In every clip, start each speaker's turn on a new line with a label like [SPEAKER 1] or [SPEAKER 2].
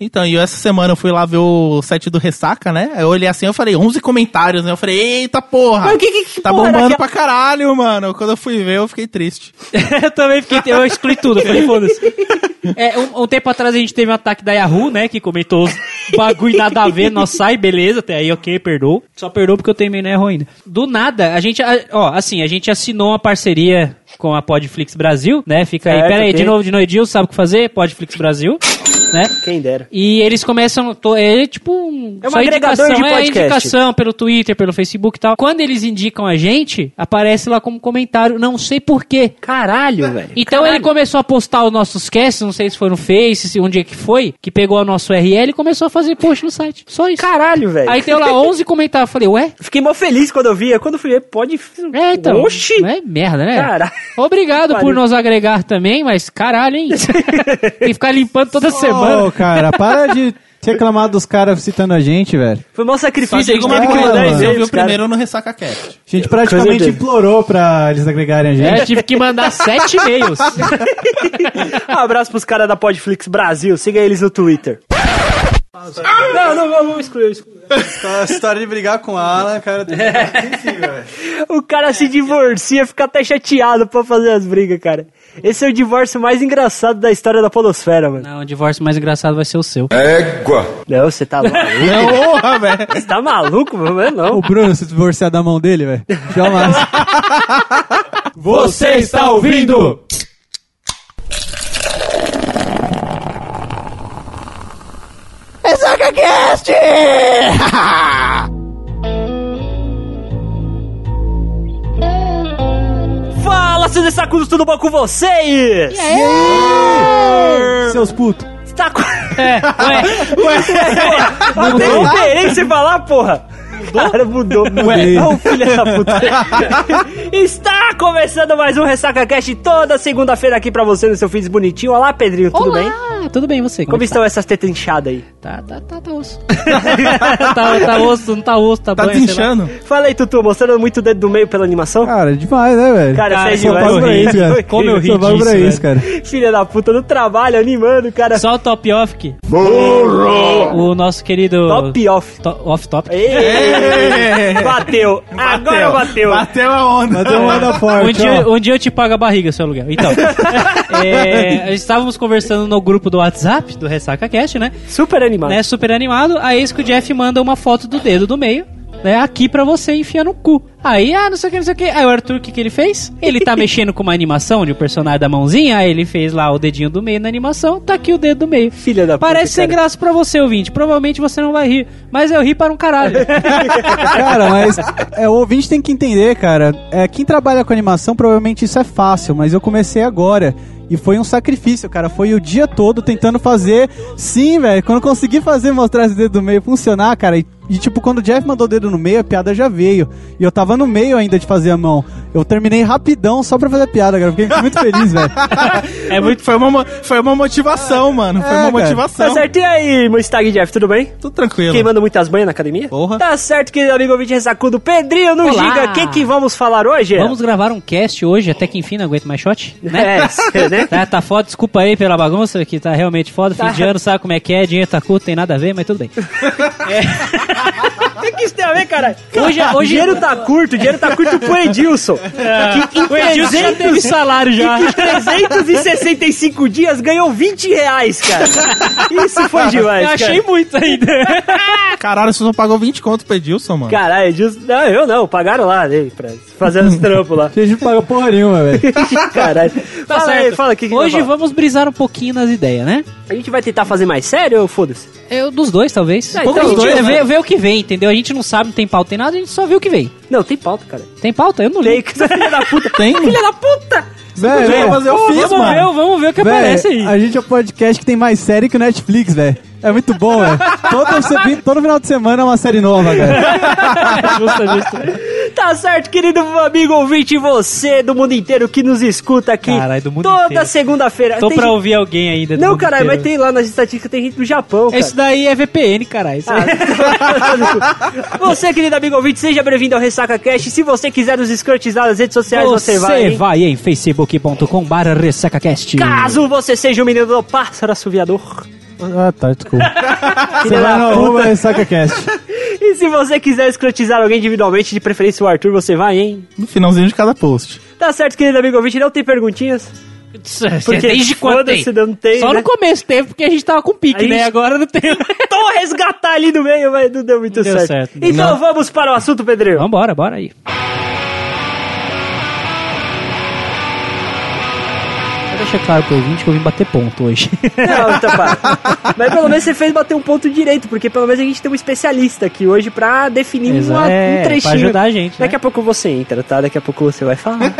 [SPEAKER 1] Então, e essa semana eu fui lá ver o set do Ressaca, né? Eu olhei assim, eu falei, 11 comentários, né? Eu falei, eita porra!
[SPEAKER 2] Mas o que- que- que
[SPEAKER 1] tá
[SPEAKER 2] porra era
[SPEAKER 1] bombando
[SPEAKER 2] aquela?
[SPEAKER 1] pra caralho, mano. Quando eu fui ver, eu fiquei triste.
[SPEAKER 3] eu também fiquei. Eu excluí tudo, eu falei, foda-se. É, um, um tempo atrás a gente teve um ataque da Yahoo, né? Que comentou os bagulho nada a ver, nós sai, beleza, até aí ok, perdoou. Só perdoou porque eu tenho meio erro ainda. Do nada, a gente. a- Ó, assim, a gente assinou uma parceria com a Podflix Brasil, né? Fica aí,
[SPEAKER 2] Certo,
[SPEAKER 3] pera aí,
[SPEAKER 2] ok.
[SPEAKER 3] de novo, de novo, Edil, sabe o que fazer? Podflix Brasil, né?
[SPEAKER 2] Quem dera.
[SPEAKER 3] E eles começam. to- É tipo um.
[SPEAKER 2] É um
[SPEAKER 3] só
[SPEAKER 2] agregador
[SPEAKER 3] indicação,
[SPEAKER 2] de
[SPEAKER 3] é
[SPEAKER 2] podcast.
[SPEAKER 3] indicação pelo Twitter, pelo Facebook e tal. Quando eles indicam a gente, aparece lá como comentário. Não sei porquê.
[SPEAKER 2] Caralho, velho.
[SPEAKER 3] Então ele começou a postar os nossos casts, não sei se foi no Face, se onde é que foi, que pegou o nosso URL e começou a fazer post no site. Só isso.
[SPEAKER 2] Caralho, velho.
[SPEAKER 3] Aí tem lá 11 comentários. Eu Falei, ué?
[SPEAKER 2] Fiquei mó feliz quando eu vi. Quando eu fui ver, pode.
[SPEAKER 3] É, então.
[SPEAKER 2] Oxi!
[SPEAKER 3] Não é merda, né?
[SPEAKER 2] Caralho.
[SPEAKER 3] Obrigado
[SPEAKER 2] Pariu.
[SPEAKER 3] por nos agregar também, mas caralho, hein? tem que ficar limpando toda semana.
[SPEAKER 4] Ô, cara, para de se reclamar dos caras citando a gente, velho.
[SPEAKER 2] Foi o maior
[SPEAKER 1] Só
[SPEAKER 2] sacrifício. A
[SPEAKER 1] digo
[SPEAKER 2] gente
[SPEAKER 1] uma
[SPEAKER 2] teve que
[SPEAKER 1] coisa,
[SPEAKER 2] mandar
[SPEAKER 4] mano.
[SPEAKER 1] eu
[SPEAKER 2] e-mail
[SPEAKER 1] vi o
[SPEAKER 2] pros caras.
[SPEAKER 1] primeiro no Ressaca Cast.
[SPEAKER 4] A gente
[SPEAKER 2] Com
[SPEAKER 4] praticamente
[SPEAKER 2] certeza.
[SPEAKER 4] implorou pra eles agregarem a gente.
[SPEAKER 3] É, tive que mandar sete e-mails.
[SPEAKER 2] Um abraço pros caras da Podflix Brasil. Siga eles no Twitter. Não, não, vamos excluir, eu excluo.
[SPEAKER 4] A história de brigar com a Ana, cara, tem
[SPEAKER 3] É.
[SPEAKER 2] O cara se divorcia, fica até chateado pra fazer as brigas, cara. Esse é o divórcio mais engraçado da história da Podosfera, mano.
[SPEAKER 3] Não, o divórcio mais engraçado vai ser o seu.
[SPEAKER 2] É.
[SPEAKER 5] Égua.
[SPEAKER 2] Não, você tá maluco.
[SPEAKER 1] Não, honra, velho.
[SPEAKER 2] Você tá maluco, mano? Não.
[SPEAKER 4] O Bruno, se divorciar da mão dele, velho. Jamais. Você está ouvindo?
[SPEAKER 2] Fala, seus sacudos, tudo bom com vocês?
[SPEAKER 4] Seus putos.
[SPEAKER 2] Tá com...
[SPEAKER 3] É, ué,
[SPEAKER 2] Até eu esperei você falar, porra. Cara, mudou. Ué, ô filho da puta. Está começando mais um Ressaca Cast toda segunda-feira aqui pra você no seu feed bonitinho. Olá, Pedrinho, tudo bem?
[SPEAKER 3] Ah, tudo bem, você?
[SPEAKER 2] Como
[SPEAKER 3] é que
[SPEAKER 2] estão essas tetas inchadas aí?
[SPEAKER 3] Tá, tá, tá, tá osso. tá, tá osso, não tá osso, tá,
[SPEAKER 1] Tá
[SPEAKER 3] banho,
[SPEAKER 2] né?
[SPEAKER 3] sei lá.
[SPEAKER 1] desinchando.
[SPEAKER 2] Fala aí, Tutu, mostrando muito o dedo do meio pela animação?
[SPEAKER 4] Cara, demais, né, velho?
[SPEAKER 2] Cara,
[SPEAKER 3] cara,
[SPEAKER 2] você é
[SPEAKER 3] só
[SPEAKER 2] demais,
[SPEAKER 3] pago
[SPEAKER 4] pra
[SPEAKER 2] mano.
[SPEAKER 3] rir,
[SPEAKER 4] isso, cara.
[SPEAKER 2] Foi
[SPEAKER 3] Como eu ri
[SPEAKER 4] Só pago pra
[SPEAKER 3] disso,
[SPEAKER 4] isso, cara.
[SPEAKER 2] Filha da puta no trabalho, animando, cara.
[SPEAKER 3] Só o Top Off, que o nosso querido...
[SPEAKER 2] Top off.
[SPEAKER 3] to- off Top.
[SPEAKER 4] É
[SPEAKER 2] Ei, Bateu. Agora bateu.
[SPEAKER 1] Bateu a onda.
[SPEAKER 4] Bateu uma onda
[SPEAKER 3] Um
[SPEAKER 4] forte,
[SPEAKER 3] dia,
[SPEAKER 4] ó.
[SPEAKER 3] um dia eu te pago a barriga, seu aluguel. Então, é, estávamos conversando no grupo do WhatsApp, do Ressaca Cast, né?
[SPEAKER 2] Super animado.
[SPEAKER 3] né, super animado. Aí eis que o Jeff manda uma foto do dedo do meio, né, aqui pra você enfiar no cu. Aí, ah, não sei o que, não sei o que. Aí o Arthur, o que, que ele fez? Ele tá mexendo com uma animação de um personagem da mãozinha, aí ele fez lá o dedinho do meio na animação, tá aqui o dedo do meio.
[SPEAKER 2] Filha da puta,
[SPEAKER 3] Parece sem
[SPEAKER 2] cara.
[SPEAKER 3] graça pra você, ouvinte. Provavelmente você não vai rir, mas eu ri para um caralho.
[SPEAKER 4] Cara, mas é, o ouvinte tem que entender, cara. É, quem trabalha com animação, provavelmente isso é fácil, mas eu comecei agora. E foi um sacrifício, cara. Foi o dia todo tentando fazer. Sim, velho. Quando eu consegui fazer, mostrar esse dedo no meio funcionar, cara. E, e, tipo, quando o Jeff mandou o dedo no meio, a piada já veio. E eu tava no meio ainda de fazer a mão. Eu terminei rapidão só pra fazer a piada, cara. Eu Fiquei muito feliz, velho.
[SPEAKER 1] É muito, foi, uma, mo- foi uma motivação, mano. Foi
[SPEAKER 4] É,
[SPEAKER 1] uma
[SPEAKER 4] cara.
[SPEAKER 2] Tá
[SPEAKER 1] motivação.
[SPEAKER 2] certo? E aí, meu Stag Jeff, tudo bem?
[SPEAKER 1] Tudo tranquilo.
[SPEAKER 2] Queimando muitas banhas na academia?
[SPEAKER 1] Porra.
[SPEAKER 2] Tá certo, querido amigo ouvinte ressacudo. Pedrinho, não
[SPEAKER 3] Olá.
[SPEAKER 2] diga o que, que vamos falar hoje?
[SPEAKER 3] Vamos gravar um cast hoje, até que enfim não aguento mais shot, né?
[SPEAKER 2] É, cê, né?
[SPEAKER 3] Tá, tá foda, desculpa aí pela bagunça, que tá realmente foda. Fim de ano, sabe como é que é? Dinheiro tá curto, tem nada a ver, mas tudo bem.
[SPEAKER 2] O que, que isso tem a ver, caralho?
[SPEAKER 3] Hoje-
[SPEAKER 2] o
[SPEAKER 3] hoje-
[SPEAKER 2] dinheiro tá curto, o dinheiro tá curto pro Edilson. Que em
[SPEAKER 3] O Edilson já
[SPEAKER 2] 300
[SPEAKER 3] teve salário já.
[SPEAKER 2] que em 365 dias ganhou 20 reais, cara. É Isso foi demais,
[SPEAKER 3] Eu achei
[SPEAKER 2] cara.
[SPEAKER 3] muito ainda.
[SPEAKER 1] Caralho, vocês não pagou 20 conto pro Edilson, mano.
[SPEAKER 2] Caralho, Edilson... Não, eu não. Pagaram lá, né? Pra fazer os trampos lá.
[SPEAKER 4] A gente não paga porra nenhuma, velho.
[SPEAKER 2] Caralho.
[SPEAKER 3] Tá
[SPEAKER 2] fala aí,
[SPEAKER 3] certo.
[SPEAKER 2] fala o que, que
[SPEAKER 3] Hoje
[SPEAKER 2] vai falar.
[SPEAKER 3] vamos brisar um pouquinho nas ideias, né?
[SPEAKER 2] A gente vai tentar fazer mais sério ou foda-se?
[SPEAKER 3] Eu, dos dois, talvez.
[SPEAKER 2] Ah,
[SPEAKER 3] Pouco
[SPEAKER 2] então
[SPEAKER 3] dos
[SPEAKER 2] a gente
[SPEAKER 3] dois,
[SPEAKER 2] vai-
[SPEAKER 3] vê, vê o que vem, entendeu? A gente não sabe, não tem pauta, tem nada, a gente só vê o que vem.
[SPEAKER 2] Não, tem pauta, cara.
[SPEAKER 3] Tem pauta? Eu não li.
[SPEAKER 2] Tem, que filha da puta.
[SPEAKER 1] Tem?
[SPEAKER 2] Filha da puta!
[SPEAKER 4] Velho,
[SPEAKER 1] Vem fazer, eu fiz,
[SPEAKER 4] né?
[SPEAKER 3] vamos ver,
[SPEAKER 1] mano.
[SPEAKER 3] vamos ver o que
[SPEAKER 4] Véi,
[SPEAKER 3] aparece aí.
[SPEAKER 4] A gente é um podcast que tem mais série que o Netflix, velho. É muito bom, velho. Todo, se- todo final de semana é uma série nova, cara.
[SPEAKER 3] Ah, é
[SPEAKER 2] Tá certo, querido amigo ouvinte, você do mundo inteiro que nos escuta aqui.
[SPEAKER 3] Caralho, do mundo
[SPEAKER 2] Toda
[SPEAKER 3] inteiro.
[SPEAKER 2] segunda-feira.
[SPEAKER 3] Tô
[SPEAKER 2] Tem
[SPEAKER 3] pra
[SPEAKER 2] gente-
[SPEAKER 3] ouvir alguém ainda. do
[SPEAKER 2] Não,
[SPEAKER 3] mundo
[SPEAKER 2] caralho, mas
[SPEAKER 3] inteiro.
[SPEAKER 2] tem lá nas estatísticas, tem gente do Japão, cara.
[SPEAKER 3] Isso daí é VPN, caralho. Isso aí- é
[SPEAKER 2] Ah. você, querido amigo ouvinte, seja bem-vindo ao Ressaca Cash. Se você quiser nos escrotizar nas redes sociais, você,
[SPEAKER 3] Você
[SPEAKER 2] vai. hein?
[SPEAKER 3] vai em facebook.com barra ressacacast.
[SPEAKER 2] um Caso você seja o menino do pássaro assoviador,
[SPEAKER 4] Ah, tá, desculpa. é Você
[SPEAKER 2] Filha
[SPEAKER 4] vai
[SPEAKER 2] da
[SPEAKER 4] no arroba RessacaCast.
[SPEAKER 2] E se você quiser escrotizar alguém individualmente, de preferência o Arthur, você vai, hein?
[SPEAKER 1] No finalzinho de cada post.
[SPEAKER 2] Tá certo, querido amigo ouvinte, não tem perguntinhas?
[SPEAKER 3] Porque é, desde quando tem?
[SPEAKER 2] foda-se, não tem,
[SPEAKER 3] Só
[SPEAKER 2] né?
[SPEAKER 3] no começo teve, porque a gente tava com pique,
[SPEAKER 2] Aí-
[SPEAKER 3] né? Agora não tem.
[SPEAKER 2] Tô resgatar ali no meio, mas não deu muito
[SPEAKER 3] Não deu
[SPEAKER 2] certo.
[SPEAKER 3] certo.
[SPEAKER 2] Então
[SPEAKER 1] Não.
[SPEAKER 2] vamos para o assunto, Pedrinho.
[SPEAKER 3] Vambora, bora aí. Só deixar claro pro ouvinte que eu vim bater ponto hoje.
[SPEAKER 2] Não, tá pá. Mas pelo menos você fez bater um ponto direito, porque pelo menos a gente tem um especialista aqui hoje pra definir uma- um trechinho.
[SPEAKER 3] É, pra ajudar a gente,
[SPEAKER 2] Daqui
[SPEAKER 3] né?
[SPEAKER 2] a pouco você entra, tá? Daqui a pouco você vai falar.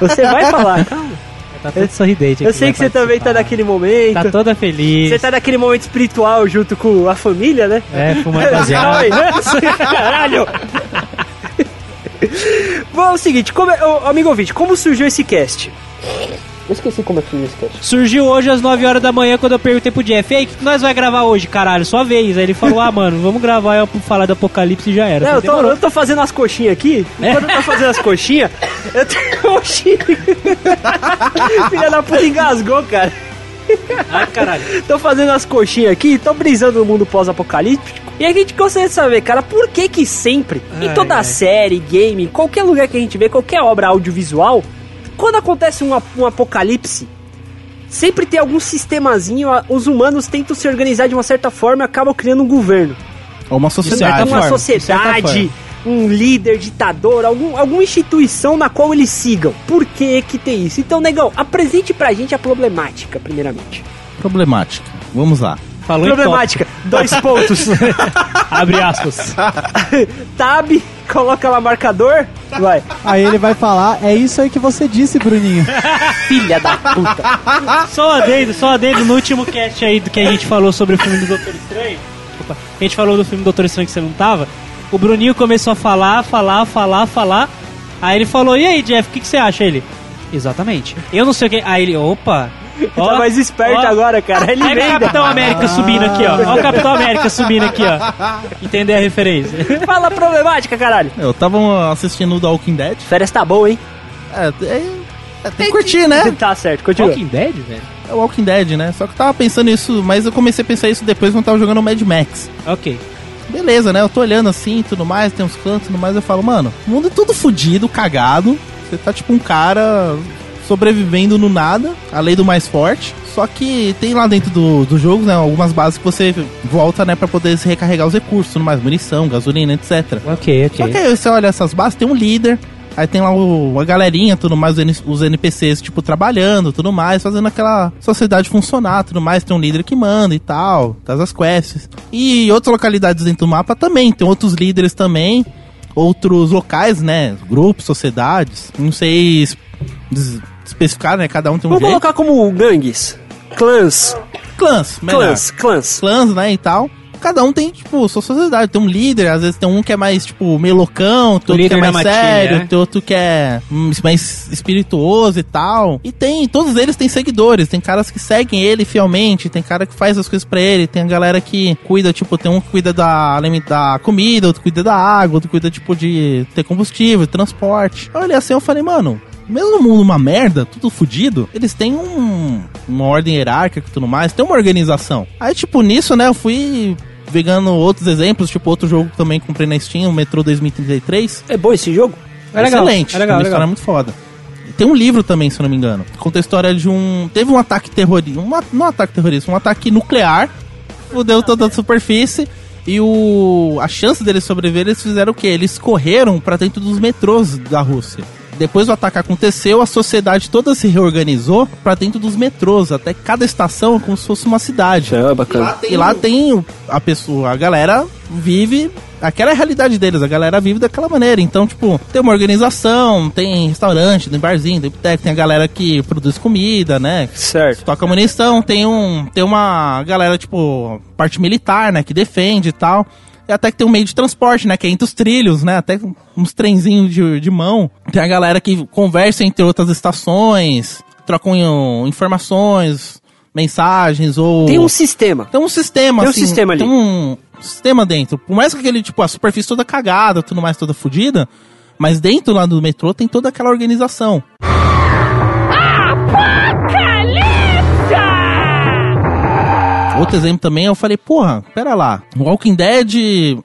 [SPEAKER 2] Você vai falar, calma.
[SPEAKER 3] Tá todo sorridente
[SPEAKER 2] Eu
[SPEAKER 3] aqui,
[SPEAKER 2] sei
[SPEAKER 3] vai
[SPEAKER 2] que você também tá
[SPEAKER 3] participar.
[SPEAKER 2] naquele momento.
[SPEAKER 3] Tá toda feliz.
[SPEAKER 2] Você tá naquele momento espiritual junto com a família, né?
[SPEAKER 3] É, fumando
[SPEAKER 2] Calma
[SPEAKER 3] baseado.
[SPEAKER 2] aí. né? Caralho! Bom, é o seguinte, como é- ô, amigo ouvinte, como surgiu esse cast? Eu esqueci como é que surgiu esse cast.
[SPEAKER 3] Surgiu hoje às 9 horas da manhã quando eu perguntei pro Jeff, ei, o que nós vai gravar hoje, caralho? Sua vez. Aí ele falou, ah, mano, vamos gravar eu falar do apocalipse e já era.
[SPEAKER 2] Não, eu,
[SPEAKER 3] Falei,
[SPEAKER 2] tô,
[SPEAKER 3] "Demorou." É.
[SPEAKER 2] eu tô fazendo as coxinhas aqui. E quando eu tô fazendo as coxinhas, eu tenho um chifre. Filha da puta engasgou, cara.
[SPEAKER 3] Ai, caralho.
[SPEAKER 2] Tô fazendo as coxinhas aqui, tô brisando no mundo pós-apocalíptico. E a gente gostaria de saber, cara, por que que sempre, em
[SPEAKER 3] Ai,
[SPEAKER 2] toda
[SPEAKER 3] ai.
[SPEAKER 2] série, game, qualquer lugar que a gente vê, qualquer obra audiovisual, quando acontece um, ap- um apocalipse, sempre tem algum sistemazinho, a- os humanos tentam se organizar de uma certa forma e acabam criando um governo.
[SPEAKER 1] Ou é uma
[SPEAKER 3] certa
[SPEAKER 1] sociedade.
[SPEAKER 2] é uma
[SPEAKER 3] forma, de
[SPEAKER 2] sociedade, um líder, ditador, algum, alguma instituição na qual eles sigam. Por que que tem isso? Então, negão, apresente pra gente a problemática, primeiramente.
[SPEAKER 1] Problemática. Vamos lá.
[SPEAKER 3] Falou em
[SPEAKER 2] problemática, dois pontos.
[SPEAKER 3] top. Abre aspas.
[SPEAKER 2] Tab, coloca lá marcador, vai.
[SPEAKER 4] Aí ele vai falar, é isso aí que você disse, Bruninho.
[SPEAKER 2] Filha da puta.
[SPEAKER 3] Só adendo, só adendo, no último cast aí do que a gente falou sobre o filme do Doutor Estranho. Opa, a gente falou do filme do Doutor Estranho que você não tava. O Bruninho começou a falar, falar, falar, falar. Aí ele falou, e aí, Jeff, o que, que você acha? Ele, exatamente. Eu não sei o que. Aí ele, opa. Ó,
[SPEAKER 2] tá mais esperto
[SPEAKER 3] ó.
[SPEAKER 2] agora, cara. Ele
[SPEAKER 3] Aí vem o
[SPEAKER 2] emenda.
[SPEAKER 3] Capitão América subindo aqui, ó. Olha o Capitão América subindo aqui, ó. Entender a referência.
[SPEAKER 2] Fala problemática, caralho.
[SPEAKER 1] Eu tava assistindo o The Walking Dead.
[SPEAKER 2] Férias tá bom, hein?
[SPEAKER 1] É, é- é, tem que curtir, né?
[SPEAKER 2] Tá certo, continua.
[SPEAKER 3] Dead, velho?
[SPEAKER 1] É o Walking Dead, né? Só que eu tava pensando isso, mas eu comecei a pensar isso depois quando eu tava jogando o Mad Max.
[SPEAKER 3] Ok.
[SPEAKER 1] Beleza, né? Eu tô olhando assim e tudo mais, tem uns cantos e tudo mais. Eu falo, mano, o mundo é todo fudido, cagado. Você tá tipo um cara sobrevivendo no nada, a lei do mais forte. Só que tem lá dentro do, do jogo, né? Algumas bases que você volta, né? Pra poder se recarregar os recursos, tudo mais munição, gasolina, etc.
[SPEAKER 3] Ok,
[SPEAKER 1] Só que aí você olha essas bases, tem um líder, aí tem lá o, a galerinha, tudo mais, os N- os NPCs, tipo, trabalhando, tudo mais, fazendo aquela sociedade funcionar, tudo mais, tem um líder que manda e tal, faz as quests. E outras localidades dentro do mapa também, tem outros líderes também, outros locais, né, grupos, sociedades, não sei es- des- especificar, né, cada um tem um
[SPEAKER 2] Vamos
[SPEAKER 1] jeito.
[SPEAKER 2] colocar como gangues, clãs,
[SPEAKER 1] Clãs, melhor
[SPEAKER 2] clãs, clãs.
[SPEAKER 1] clãs, né, e tal. Cada um tem, tipo, sua sociedade. Tem um líder, às vezes tem um que é mais, tipo, meio loucão, tem outro que
[SPEAKER 3] líder
[SPEAKER 1] é
[SPEAKER 3] da
[SPEAKER 1] mais
[SPEAKER 3] matinha,
[SPEAKER 1] sério,
[SPEAKER 3] né?
[SPEAKER 1] tem outro que é hum, mais espirituoso e tal. E tem, todos eles têm seguidores, tem caras que seguem ele fielmente, tem cara que faz as coisas pra ele, tem a galera que cuida, tipo, tem um que cuida da, aliment- da comida, outro cuida da água, outro cuida, tipo, de ter combustível, transporte. Eu olhei assim, eu falei, mano, mesmo o mundo uma merda, tudo fudido, eles têm um, uma ordem hierárquica e tudo mais, tem uma organização. Aí, tipo, nisso, né, eu fui pegando outros exemplos, tipo, outro jogo que também comprei na Steam, o Metro 2033.
[SPEAKER 2] É bom esse jogo?
[SPEAKER 3] É legal,
[SPEAKER 1] Excelente,
[SPEAKER 3] é legal,
[SPEAKER 1] uma
[SPEAKER 3] é
[SPEAKER 1] história
[SPEAKER 3] legal.
[SPEAKER 1] muito foda. E Tem um livro também, se eu não me engano. Conta a história de um. Teve um ataque terrorista. Um, a- não um ataque terrorista, um ataque nuclear. Fudeu toda a superfície. E o. A chance deles sobreviver, eles fizeram o quê? Eles correram pra dentro dos metrôs da Rússia. Depois do ataque aconteceu, a sociedade toda se reorganizou pra dentro dos metrôs. Até cada estação é como se fosse uma cidade.
[SPEAKER 2] É bacana.
[SPEAKER 1] E lá tem um- o- a pessoa, a galera vive. Aquela é a realidade deles, a galera vive daquela maneira. Então, tipo, tem uma organização, tem restaurante, tem barzinho, tem boteco, tem a galera que produz comida, né?
[SPEAKER 2] Certo.
[SPEAKER 1] Toca munição, tem um. Tem uma galera, tipo, parte militar, né? Que defende e tal. E até que tem um meio de transporte, né? Que é entre os trilhos, né? Até uns trenzinhos de, de mão. Tem a galera que conversa entre outras estações, trocam eh, informações, mensagens ou.
[SPEAKER 2] Tem um sistema.
[SPEAKER 1] Tem um sistema,
[SPEAKER 2] Tem um
[SPEAKER 1] assim,
[SPEAKER 2] sistema ali.
[SPEAKER 1] Tem um sistema dentro. Por mais que aquele, tipo, a superfície toda cagada, tudo mais, toda fodida, mas dentro lá do metrô tem toda aquela organização. Outro exemplo também, eu falei, porra, pera lá. Walking Dead.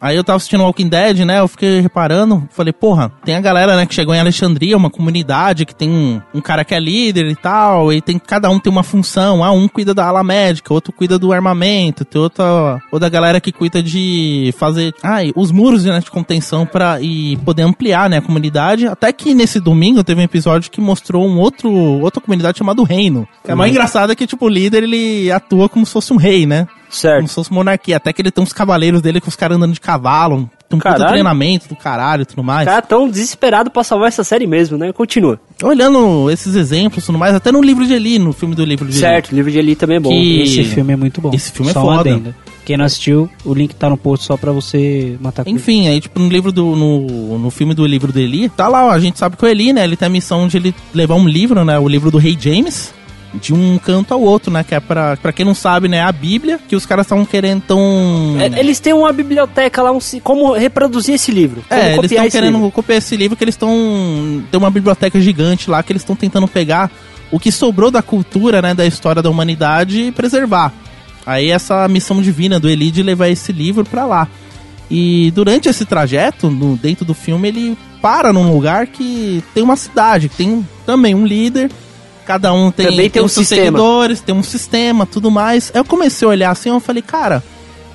[SPEAKER 1] Aí eu tava assistindo Walking Dead, né? Eu fiquei reparando. Falei, porra, tem a galera, né, que chegou em Alexandria, uma comunidade que tem um, um cara que é líder e tal. E tem cada um tem uma função. Ah, um cuida da ala médica, outro cuida do armamento, tem outra. Outra galera que cuida de fazer. Ai, os muros né, de contenção para e poder ampliar, né, a comunidade. Até que nesse domingo teve um episódio que mostrou um outro, outra comunidade chamada Reino. Que é mais engraçado é que, tipo, o líder ele atua como se fosse um rei, né? Como
[SPEAKER 2] Uhum. Certo.
[SPEAKER 1] se fosse monarquia. Até que ele tem uns cavaleiros dele com os caras andando de cavalo. Tem um puta
[SPEAKER 2] Caralho.
[SPEAKER 1] treinamento do caralho e tudo
[SPEAKER 2] O
[SPEAKER 1] mais.
[SPEAKER 2] cara tão desesperado pra salvar essa série mesmo, né? Continua.
[SPEAKER 1] Olhando esses exemplos e tudo mais, até no livro de Eli, no filme do livro de Eli.
[SPEAKER 2] Certo, o livro de Eli também é bom.
[SPEAKER 1] Que-
[SPEAKER 3] Esse filme é muito bom.
[SPEAKER 1] Esse filme é
[SPEAKER 3] só
[SPEAKER 1] foda.
[SPEAKER 3] uma adenda. Quem não assistiu, o link tá no post só pra você matar tá com-
[SPEAKER 1] Enfim, aí, tipo, no livro do. No, no filme do livro do Eli, tá lá, ó, a gente sabe que o Eli, né? Ele tem a missão de ele levar um livro, né? O livro do Rei James. De um canto ao outro, né? Que é pra, pra quem não sabe, né? A Bíblia, que os caras estavam querendo tão.
[SPEAKER 2] É, Eles têm uma biblioteca lá, um, ci- como reproduzir esse livro. Como
[SPEAKER 1] É, eles
[SPEAKER 2] copiar
[SPEAKER 1] estão
[SPEAKER 2] esse
[SPEAKER 1] querendo
[SPEAKER 2] livro.
[SPEAKER 1] copiar esse livro que eles estão. Tem uma biblioteca gigante lá que eles estão tentando pegar o que sobrou da cultura, né, da história da humanidade e preservar. Aí essa missão divina do Eli de levar esse livro pra lá. E durante esse trajeto, no- dentro do filme, ele para num lugar que tem uma cidade, que tem também um líder. Cada um tem,
[SPEAKER 2] Também tem um
[SPEAKER 1] os seus
[SPEAKER 2] sistema.
[SPEAKER 1] seguidores, tem um sistema, tudo mais. Eu comecei a olhar assim, eu falei, cara,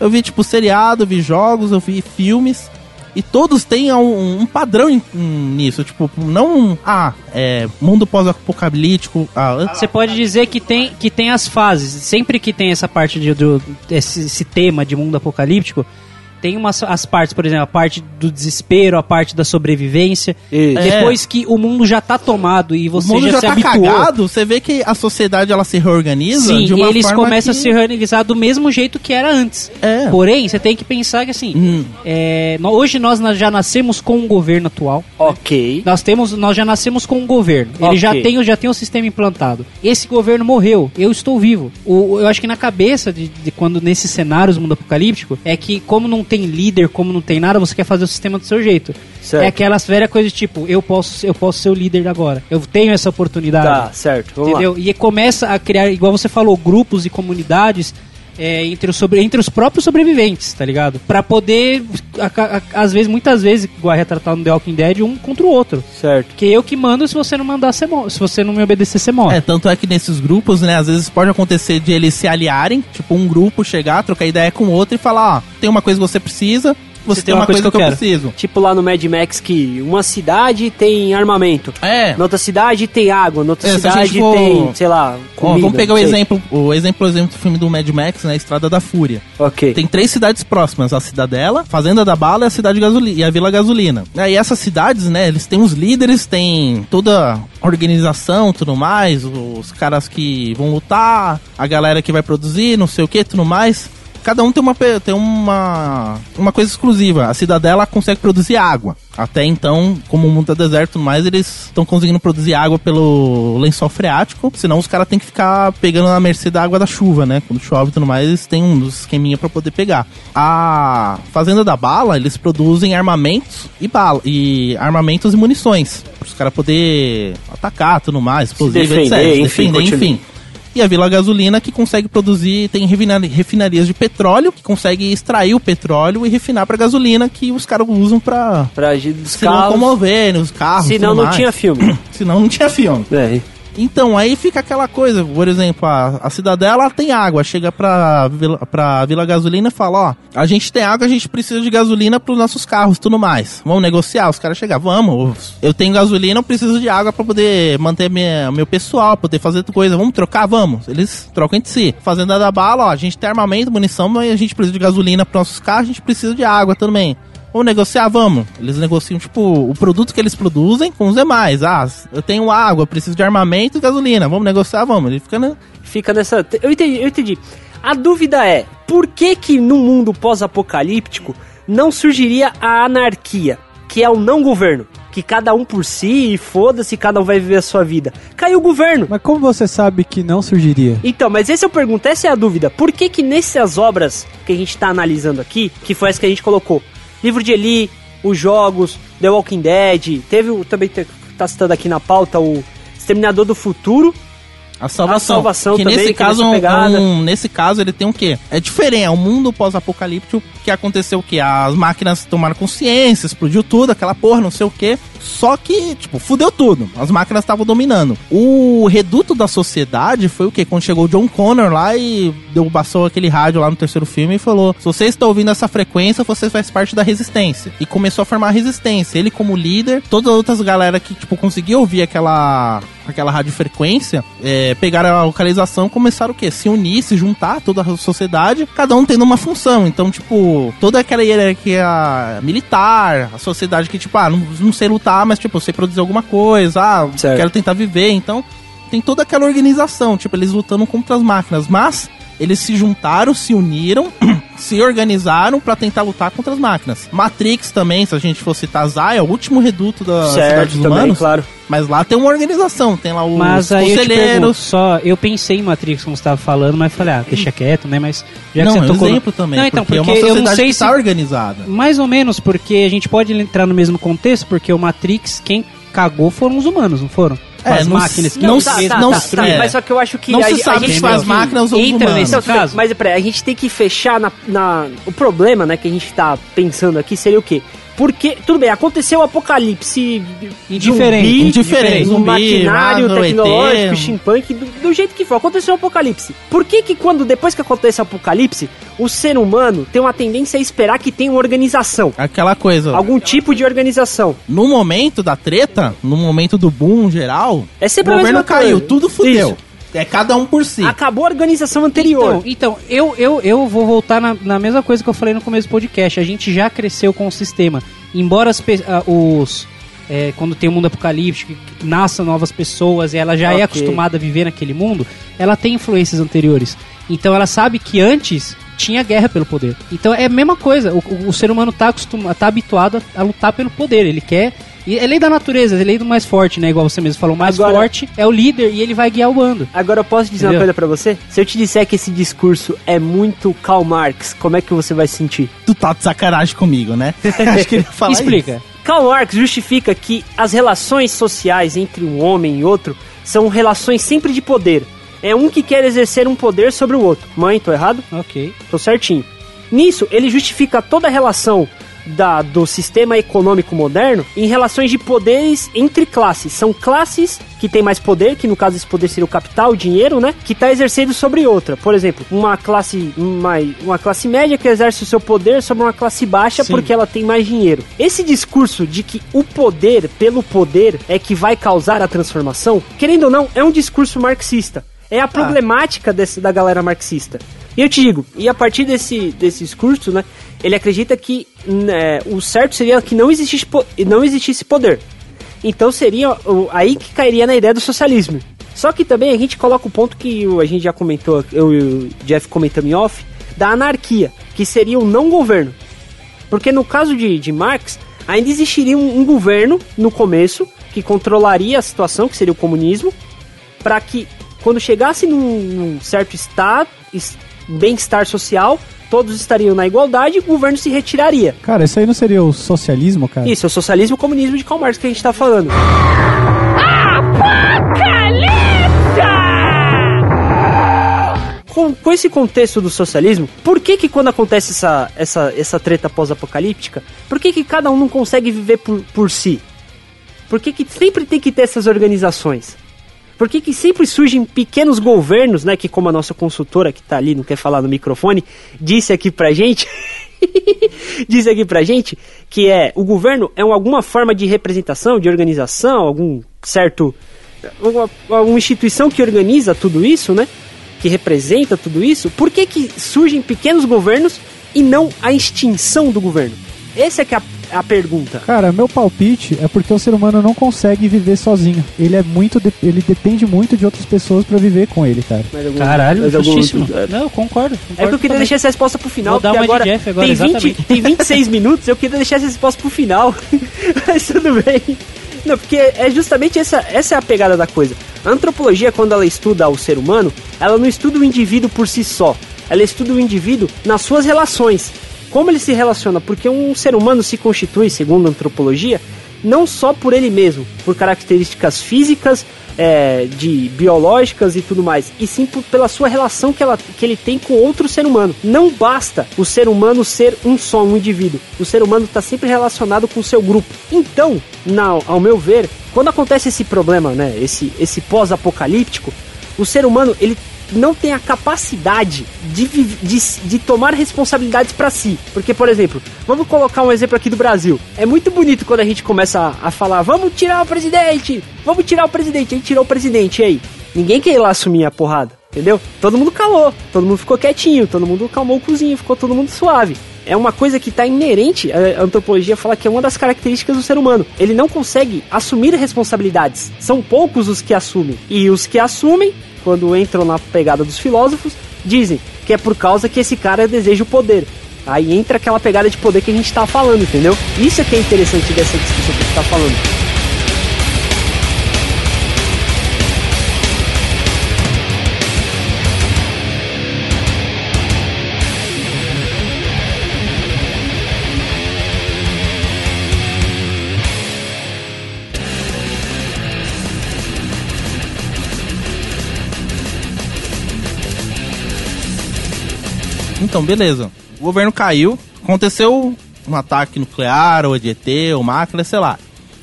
[SPEAKER 1] eu vi tipo seriado, eu vi jogos, eu vi filmes. E todos têm um, um padrão em- em- nisso. Tipo, não. Ah, é. Mundo pós-apocalíptico. Ah, antes-
[SPEAKER 3] Você pode dizer que tem, que tem as fases. Sempre que tem essa parte de, do, esse, esse tema de mundo apocalíptico, tem umas as partes, por exemplo, a parte do desespero, a parte da sobrevivência.
[SPEAKER 2] Isso.
[SPEAKER 1] É.
[SPEAKER 3] Depois que o mundo já tá tomado e
[SPEAKER 1] o
[SPEAKER 3] você
[SPEAKER 1] mundo
[SPEAKER 3] já,
[SPEAKER 1] já
[SPEAKER 3] se
[SPEAKER 1] tá
[SPEAKER 3] habituou.
[SPEAKER 1] cagado. Você vê que a sociedade ela se reorganiza
[SPEAKER 3] Sim,
[SPEAKER 1] de uma
[SPEAKER 3] e eles
[SPEAKER 1] forma
[SPEAKER 3] começam
[SPEAKER 1] que-
[SPEAKER 3] a se reorganizar do mesmo jeito que era antes.
[SPEAKER 1] É.
[SPEAKER 3] Porém, você tem que pensar que assim,
[SPEAKER 1] Hum.
[SPEAKER 3] é, no- hoje nós na- já nascemos com o governo atual.
[SPEAKER 1] um-
[SPEAKER 2] Ok.
[SPEAKER 3] Nós temos, nós já nascemos com um governo. Ele
[SPEAKER 2] Ok.
[SPEAKER 3] já tem, o- já tem o sistema implantado. Esse governo morreu. Eu estou vivo. O, eu acho que na cabeça de, de quando nesses cenários mundo apocalíptico é que como não tem líder, como não tem nada, você quer fazer o sistema do seu jeito.
[SPEAKER 2] Certo.
[SPEAKER 3] É aquelas velha coisa de tipo, eu posso, eu posso ser o líder agora. Eu tenho essa oportunidade.
[SPEAKER 2] Tá, certo. Vamos
[SPEAKER 3] Entendeu? E começa a criar, igual você falou, grupos e comunidades é, entre, os sobre, entre os próprios sobreviventes, tá ligado? Pra poder, a- a- às vezes, muitas vezes, igual é retratado no The Walking Dead, um contra o outro.
[SPEAKER 2] lá. Certo.
[SPEAKER 3] Porque eu que mando, se você não mandar, você morre. Se você não me obedecer, você morre.
[SPEAKER 1] É, tanto é que nesses grupos, né, às vezes pode acontecer de eles se aliarem, tipo, um grupo chegar, trocar ideia com o outro e falar, ó, tem uma coisa que você precisa, você tem uma coisa que eu,
[SPEAKER 3] quero.
[SPEAKER 1] preciso.
[SPEAKER 2] Tipo lá no Mad Max que uma cidade tem armamento.
[SPEAKER 1] É.
[SPEAKER 2] Na outra cidade tem água, na outra
[SPEAKER 1] É, se a
[SPEAKER 2] cidade
[SPEAKER 1] gente for-
[SPEAKER 2] tem, sei lá,
[SPEAKER 1] Ó,
[SPEAKER 2] comida.
[SPEAKER 1] vamos pegar o
[SPEAKER 2] não sei.
[SPEAKER 1] exemplo, o exemplo, o exemplo do filme do Mad Max, né, Estrada da Fúria.
[SPEAKER 2] Ok.
[SPEAKER 1] Tem três cidades próximas, a Cidadela, Fazenda da Bala e a cidade gasolina, e a Vila Gasolina. É, E essas cidades, né, eles têm os líderes, tem toda a organização, tudo mais, os caras que vão lutar, a galera que vai produzir, não sei o que, tudo mais. Cada um tem uma pe- tem uma uma coisa exclusiva. A Cidadela consegue produzir água. Até então, como o mundo tá deserto, e tudo mais eles estão conseguindo produzir água pelo lençol freático. Senão os caras têm que ficar pegando na mercê da água da chuva, né? Quando chove e tudo mais, eles têm um esqueminha pra poder pegar. A Fazenda da Bala, eles produzem armamentos e bala e armamentos e munições. Para os caras poder atacar, tudo mais, explosivo,
[SPEAKER 2] defender,
[SPEAKER 1] etc.
[SPEAKER 2] enfim,
[SPEAKER 1] defender,
[SPEAKER 2] continua.
[SPEAKER 1] enfim. E a Vila Gasolina que consegue produzir, tem refina- refinarias de petróleo, que consegue extrair o petróleo e refinar pra gasolina que os caras usam pra
[SPEAKER 2] Pra agir dos
[SPEAKER 1] se não
[SPEAKER 2] carros.
[SPEAKER 1] comover, né, os carros.
[SPEAKER 2] Senão
[SPEAKER 1] tudo
[SPEAKER 2] não
[SPEAKER 1] mais.
[SPEAKER 2] tinha filme.
[SPEAKER 1] Senão não tinha filme.
[SPEAKER 2] é.
[SPEAKER 1] Então, aí fica aquela coisa, por exemplo, a, a cidadela tem água, chega pra Vila, pra Vila Gasolina e fala, ó, a gente tem água, a gente precisa de gasolina pros nossos carros, tudo mais. Vamos negociar, os caras chegam, vamos, eu tenho gasolina, eu preciso de água pra poder manter minha, meu pessoal, poder fazer coisa, vamos trocar, vamos. Eles trocam entre si. Fazenda da bala, ó, a gente tem armamento, munição, mas a gente precisa de gasolina pros nossos carros, a gente precisa de água também. Vamos negociar, vamos. Eles negociam, tipo, o produto que eles produzem com os demais. Ah, eu tenho água, preciso de armamento e gasolina. Vamos negociar, vamos. Ele fica, né?
[SPEAKER 2] Fica nessa. Eu entendi, eu entendi. A dúvida é, por que que no mundo pós-apocalíptico não surgiria a anarquia, que é o não governo? Que cada um por si e foda-se, cada um vai viver a sua vida. Caiu o governo.
[SPEAKER 4] Mas como você sabe que não surgiria?
[SPEAKER 2] Então, mas essa eu pergunto, essa é a dúvida. Por que que nessas obras que a gente tá analisando aqui, que foi essa que a gente colocou, livro de Eli, os jogos, The Walking Dead, teve o, também te- tá citando aqui na pauta o Exterminador do Futuro,
[SPEAKER 1] A salvação.
[SPEAKER 2] A salvação
[SPEAKER 1] que
[SPEAKER 2] também
[SPEAKER 1] nesse
[SPEAKER 2] tem
[SPEAKER 1] caso,
[SPEAKER 2] essa
[SPEAKER 1] um-
[SPEAKER 2] pegada.
[SPEAKER 1] um- nesse caso ele tem o quê? É diferente, é um mundo pós-apocalíptico que aconteceu o quê? As máquinas tomaram consciência, explodiu tudo, aquela porra, não sei o quê. Só que, tipo, fudeu tudo. As máquinas estavam dominando. O reduto da sociedade foi o quê? Quando chegou o John Connor lá e deu, passou aquele rádio lá no terceiro filme e falou: se você está ouvindo essa frequência, você faz parte da resistência. E começou a formar a resistência. Ele, como líder, todas as outras galera que, tipo, conseguia ouvir aquela aquela radiofrequência, é, pegaram a localização, começaram o quê? Se unir, se juntar, toda a sociedade, cada um tendo uma função. Então, tipo, toda aquela hierarquia militar, a sociedade que, tipo, ah, não, não sei lutar, mas, tipo, eu sei produzir alguma coisa, ah,
[SPEAKER 2] Certo.
[SPEAKER 1] quero tentar viver. Então, tem toda aquela organização, tipo, eles lutando contra as máquinas, mas eles se juntaram, se uniram, se organizaram pra tentar lutar contra as máquinas. Matrix também, se a gente for citar Zion, é o último reduto da cidade
[SPEAKER 2] certo,
[SPEAKER 1] dos
[SPEAKER 2] também,
[SPEAKER 1] humanos.
[SPEAKER 2] claro.
[SPEAKER 1] Mas lá tem uma organização, tem lá os
[SPEAKER 3] Mas aí eu te pergunto,
[SPEAKER 1] conselheiros.
[SPEAKER 3] só eu pensei em Matrix, como você tava falando, mas falei, ah, deixa quieto, né? Mas já
[SPEAKER 1] não,
[SPEAKER 3] que você
[SPEAKER 1] é um
[SPEAKER 3] tocou. no-
[SPEAKER 1] exemplo também.
[SPEAKER 3] Não, então,
[SPEAKER 1] é uma
[SPEAKER 3] porque eu não
[SPEAKER 1] sociedade
[SPEAKER 3] sei
[SPEAKER 1] que
[SPEAKER 3] se-
[SPEAKER 1] tá organizada.
[SPEAKER 3] Mais ou menos, porque a gente pode entrar no mesmo contexto, porque o Matrix, quem cagou foram os humanos, não foram?
[SPEAKER 1] É,
[SPEAKER 3] As
[SPEAKER 1] não-
[SPEAKER 3] máquinas que
[SPEAKER 1] não
[SPEAKER 3] eles
[SPEAKER 1] tá,
[SPEAKER 3] mesmos
[SPEAKER 1] tá, não tá,
[SPEAKER 3] construíram.
[SPEAKER 1] tá,
[SPEAKER 2] mas só que eu acho que
[SPEAKER 1] Não
[SPEAKER 2] a,
[SPEAKER 1] se
[SPEAKER 2] a
[SPEAKER 1] sabe é.
[SPEAKER 2] gente
[SPEAKER 1] se foi as
[SPEAKER 2] tem que-
[SPEAKER 1] máquinas ou os
[SPEAKER 3] entra
[SPEAKER 1] humanos.
[SPEAKER 3] nesse-
[SPEAKER 2] Não, tudo bem,
[SPEAKER 3] caso.
[SPEAKER 2] Mas peraí, a gente tem que fechar na, na- O problema, né, que a gente tá pensando aqui seria o quê? Porque, tudo bem, aconteceu o apocalipse
[SPEAKER 3] Indiferente,
[SPEAKER 2] zumbi,
[SPEAKER 1] indiferente.
[SPEAKER 2] um
[SPEAKER 1] Zumbi,
[SPEAKER 2] maquinário
[SPEAKER 1] magro,
[SPEAKER 2] tecnológico,
[SPEAKER 1] ET.
[SPEAKER 2] steampunk, do, do jeito que for, aconteceu o apocalipse. Por que que quando, depois que acontece o apocalipse, o ser humano tem uma tendência a esperar que tenha uma organização?
[SPEAKER 1] Aquela coisa.
[SPEAKER 2] Algum tipo de organização.
[SPEAKER 1] No momento da treta, no momento do boom geral,
[SPEAKER 2] É
[SPEAKER 1] o
[SPEAKER 2] sempre a
[SPEAKER 1] governo
[SPEAKER 2] mesma coisa.
[SPEAKER 1] caiu, tudo fudeu.
[SPEAKER 2] Isso.
[SPEAKER 1] É cada um por
[SPEAKER 3] Ah.
[SPEAKER 1] si.
[SPEAKER 2] Acabou a organização anterior.
[SPEAKER 3] Então, então eu, eu, eu vou voltar na, na mesma coisa que eu falei no começo do podcast. A gente já cresceu com o sistema. Embora as pe- ah, os. é, quando tem um mundo apocalíptico, que nasçam novas pessoas e ela já
[SPEAKER 2] Ok.
[SPEAKER 3] é acostumada a viver naquele mundo, ela tem influências anteriores. Então ela sabe que antes tinha guerra pelo poder. Então é a mesma coisa. O, o- o ser humano tá, acostuma, tá habituado a, a lutar pelo poder. Ele quer. E é lei da natureza, é lei do mais forte, né? Igual você mesmo falou. O mais
[SPEAKER 2] Agora-
[SPEAKER 3] forte é o líder e ele vai guiar o bando.
[SPEAKER 2] Agora eu posso dizer uma
[SPEAKER 3] Entendeu?
[SPEAKER 2] coisa pra você? Se eu te disser que esse discurso é muito Karl Marx, como é que você vai se sentir?
[SPEAKER 1] Tu tá de sacanagem comigo, né? Acho que ele ia falar
[SPEAKER 3] Explica.
[SPEAKER 2] Karl Marx justifica que as relações sociais entre um homem e outro são relações sempre de poder. É um que quer exercer um poder sobre o outro. Mãe, tô errado?
[SPEAKER 3] Ok.
[SPEAKER 2] Tô certinho. Nisso, ele justifica toda a relação da- do sistema econômico moderno em relações de poderes entre classes. São classes que têm mais poder, que no caso esse poder seria o capital, o dinheiro, né? Que está exercendo sobre outra. Por exemplo, uma classe, uma, uma classe média que exerce o seu poder sobre uma classe baixa
[SPEAKER 3] Sim.
[SPEAKER 2] porque ela tem mais dinheiro. Esse discurso de que o poder pelo poder é que vai causar a transformação, querendo ou não, é um discurso marxista. É a problemática desse, da galera marxista. E eu te digo, e a partir desse, desse discurso, né, ele acredita que né, o certo seria que não existisse, po- não existisse poder. Então seria o- aí que cairia na ideia do socialismo. Só que também a gente coloca o ponto que o- a gente já comentou, eu e o Jeff comentamos em off, da anarquia, que seria o não governo. Porque no caso de, de Marx, ainda existiria um, um governo no começo que controlaria a situação, que seria o comunismo, para que quando chegasse num, num certo estado, es- bem-estar social, todos estariam na igualdade, o governo se retiraria.
[SPEAKER 4] Cara, isso aí não seria o socialismo, cara?
[SPEAKER 2] Isso, é o socialismo e o comunismo de Karl Marx que a gente está falando. Com, com esse contexto do socialismo, por que que quando acontece essa, essa, essa treta pós-apocalíptica, por que que cada um não consegue viver por, por si? Por que que sempre tem que ter essas organizações? Por que que sempre surgem pequenos governos, né, que como a nossa consultora que tá ali, não quer falar no microfone, disse aqui pra gente... Diz aqui pra gente que é o governo é um- alguma forma de representação, de organização, algum certo. Uma, uma instituição que organiza tudo isso, né? Que representa tudo isso. Por que, que surgem pequenos governos e não a extinção do governo? Essa é, que é a, a pergunta.
[SPEAKER 4] Cara, meu palpite é porque o ser humano não consegue viver sozinho. Ele é muito, de- ele depende muito de outras pessoas pra viver com ele, cara.
[SPEAKER 2] Mais
[SPEAKER 3] Hum.
[SPEAKER 2] algum-
[SPEAKER 3] Caralho,
[SPEAKER 2] mais algum
[SPEAKER 3] justíssimo.
[SPEAKER 2] outro-
[SPEAKER 3] Não, eu concordo.
[SPEAKER 2] É que eu queria deixar essa resposta pro
[SPEAKER 3] Vou
[SPEAKER 2] final,
[SPEAKER 3] dar
[SPEAKER 2] porque
[SPEAKER 3] uma de
[SPEAKER 2] agora,
[SPEAKER 3] Jeff agora,
[SPEAKER 2] tem, 20,
[SPEAKER 3] exatamente.
[SPEAKER 2] tem 26 minutos, eu queria deixar essa resposta pro final. Mas tudo bem. Não, porque é justamente essa, essa é a pegada da coisa. A antropologia, quando ela estuda o ser humano, ela não estuda o indivíduo por si só. Ela estuda o indivíduo nas suas relações. Como ele se relaciona? Porque um ser humano se constitui, segundo a antropologia, não só por ele mesmo, por características físicas, é, de biológicas e tudo mais, e sim por- pela sua relação que, ela, que ele tem com outro ser humano. Não basta o ser humano ser um só, um indivíduo. O ser humano está sempre relacionado com o seu grupo. Então, na, ao meu ver, quando acontece esse problema, né, esse, esse pós-apocalíptico, o ser humano ele não tem a capacidade de, viv- de, s- de tomar responsabilidades para si. Porque, por exemplo, vamos colocar um exemplo aqui do Brasil. É muito bonito quando a gente começa a, a falar: vamos tirar o presidente, vamos tirar o presidente. Aí tirou o presidente, e aí? Ninguém quer ir lá assumir a porrada, entendeu? Todo mundo calou, todo mundo ficou quietinho, todo mundo calmou o cozinho, ficou todo mundo suave. É uma coisa que está inerente, a antropologia fala que é uma das características do ser humano. Ele não consegue assumir responsabilidades. São poucos os que assumem. E os que assumem, quando entram na pegada dos filósofos, dizem que é por causa que esse cara deseja o poder. Aí entra aquela pegada de poder que a gente está falando, entendeu? Isso é que é interessante dessa discussão que a gente tá falando.
[SPEAKER 1] Então, beleza. O governo caiu, aconteceu um ataque nuclear, ou EDT, ou máquina, sei lá.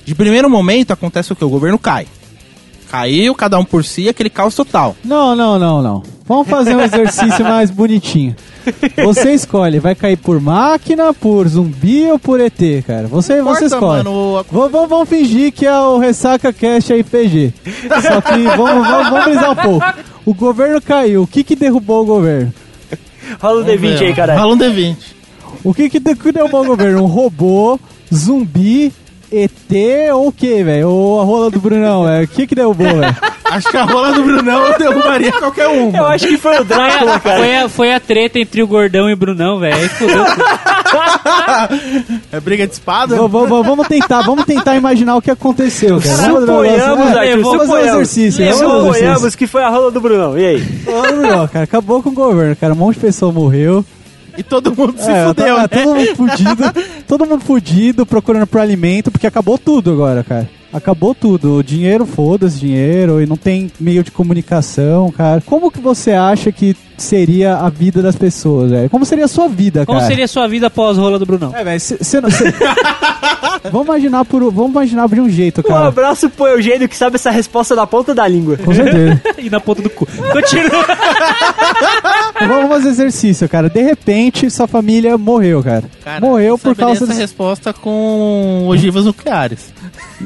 [SPEAKER 1] De primeiro momento acontece o que? O governo cai. Caiu, cada um por si, aquele caos total.
[SPEAKER 4] Não, não, não, não. Vamos fazer um exercício mais bonitinho. Você escolhe, vai cair por máquina, por zumbi ou por ET, cara. Você,
[SPEAKER 1] Importa,
[SPEAKER 4] você escolhe.
[SPEAKER 1] mano, a-
[SPEAKER 4] Vamos, vamos- vamos fingir que é o Ressaca Cash RPG. Só que vamos, vamos, vamos brisar um pouco. O governo caiu. O que, que derrubou o governo?
[SPEAKER 2] Rola o D20 aí, cara.
[SPEAKER 1] Rola um D20.
[SPEAKER 4] O que, que de- que derrubou o governo? Um robô, zumbi, ET ou o quê, velho? Ou a rola do Brunão, velho? O que, que derrubou, velho?
[SPEAKER 1] Acho que a rola do Brunão eu derrubaria qualquer um.
[SPEAKER 2] Eu acho que foi o Drácula, cara.
[SPEAKER 3] Foi a, foi a treta entre o Gordão e o Brunão, velho. Aí fudeu.
[SPEAKER 1] É briga de espada?
[SPEAKER 4] Vamos- vamos- vamos tentar, vamos tentar imaginar o que aconteceu, cara. Vamos-
[SPEAKER 2] Suponhamos,
[SPEAKER 4] vamos-
[SPEAKER 2] Arthur,
[SPEAKER 4] é, vamos fazer um
[SPEAKER 2] suponhamos.
[SPEAKER 4] exercício. vamos fazer um exercício.
[SPEAKER 2] Suponhamos que foi a rola do Brunão. E aí?
[SPEAKER 4] Ô, Bruno, cara, acabou com o governo, cara. Um monte de pessoa morreu.
[SPEAKER 1] E todo mundo se
[SPEAKER 4] É,
[SPEAKER 1] fudeu,
[SPEAKER 4] tá-
[SPEAKER 1] né?
[SPEAKER 4] tá todo mundo fudido. Todo mundo fudido, procurando por alimento, porque acabou tudo agora, cara. Acabou tudo. O dinheiro, foda-se dinheiro, e não tem meio de comunicação, cara. Como que você acha que seria a vida das pessoas, velho? Como seria a sua vida,
[SPEAKER 3] Como
[SPEAKER 4] cara?
[SPEAKER 3] seria a sua vida após rola do Brunão?
[SPEAKER 4] É, velho, você não... cê- vamos, imaginar por, um- vamos imaginar de um jeito,
[SPEAKER 2] Um
[SPEAKER 4] cara.
[SPEAKER 2] abraço pro Eugênio que sabe essa resposta da ponta da língua.
[SPEAKER 4] Com certeza.
[SPEAKER 3] E na ponta do cu. Continua.
[SPEAKER 4] Então Vamos fazer exercício, cara. De repente, sua família morreu, cara.
[SPEAKER 1] Cara, é
[SPEAKER 4] morreu
[SPEAKER 1] eu
[SPEAKER 4] por
[SPEAKER 1] saberia
[SPEAKER 4] causa
[SPEAKER 1] essa
[SPEAKER 4] desse...
[SPEAKER 1] resposta com ogivas nucleares.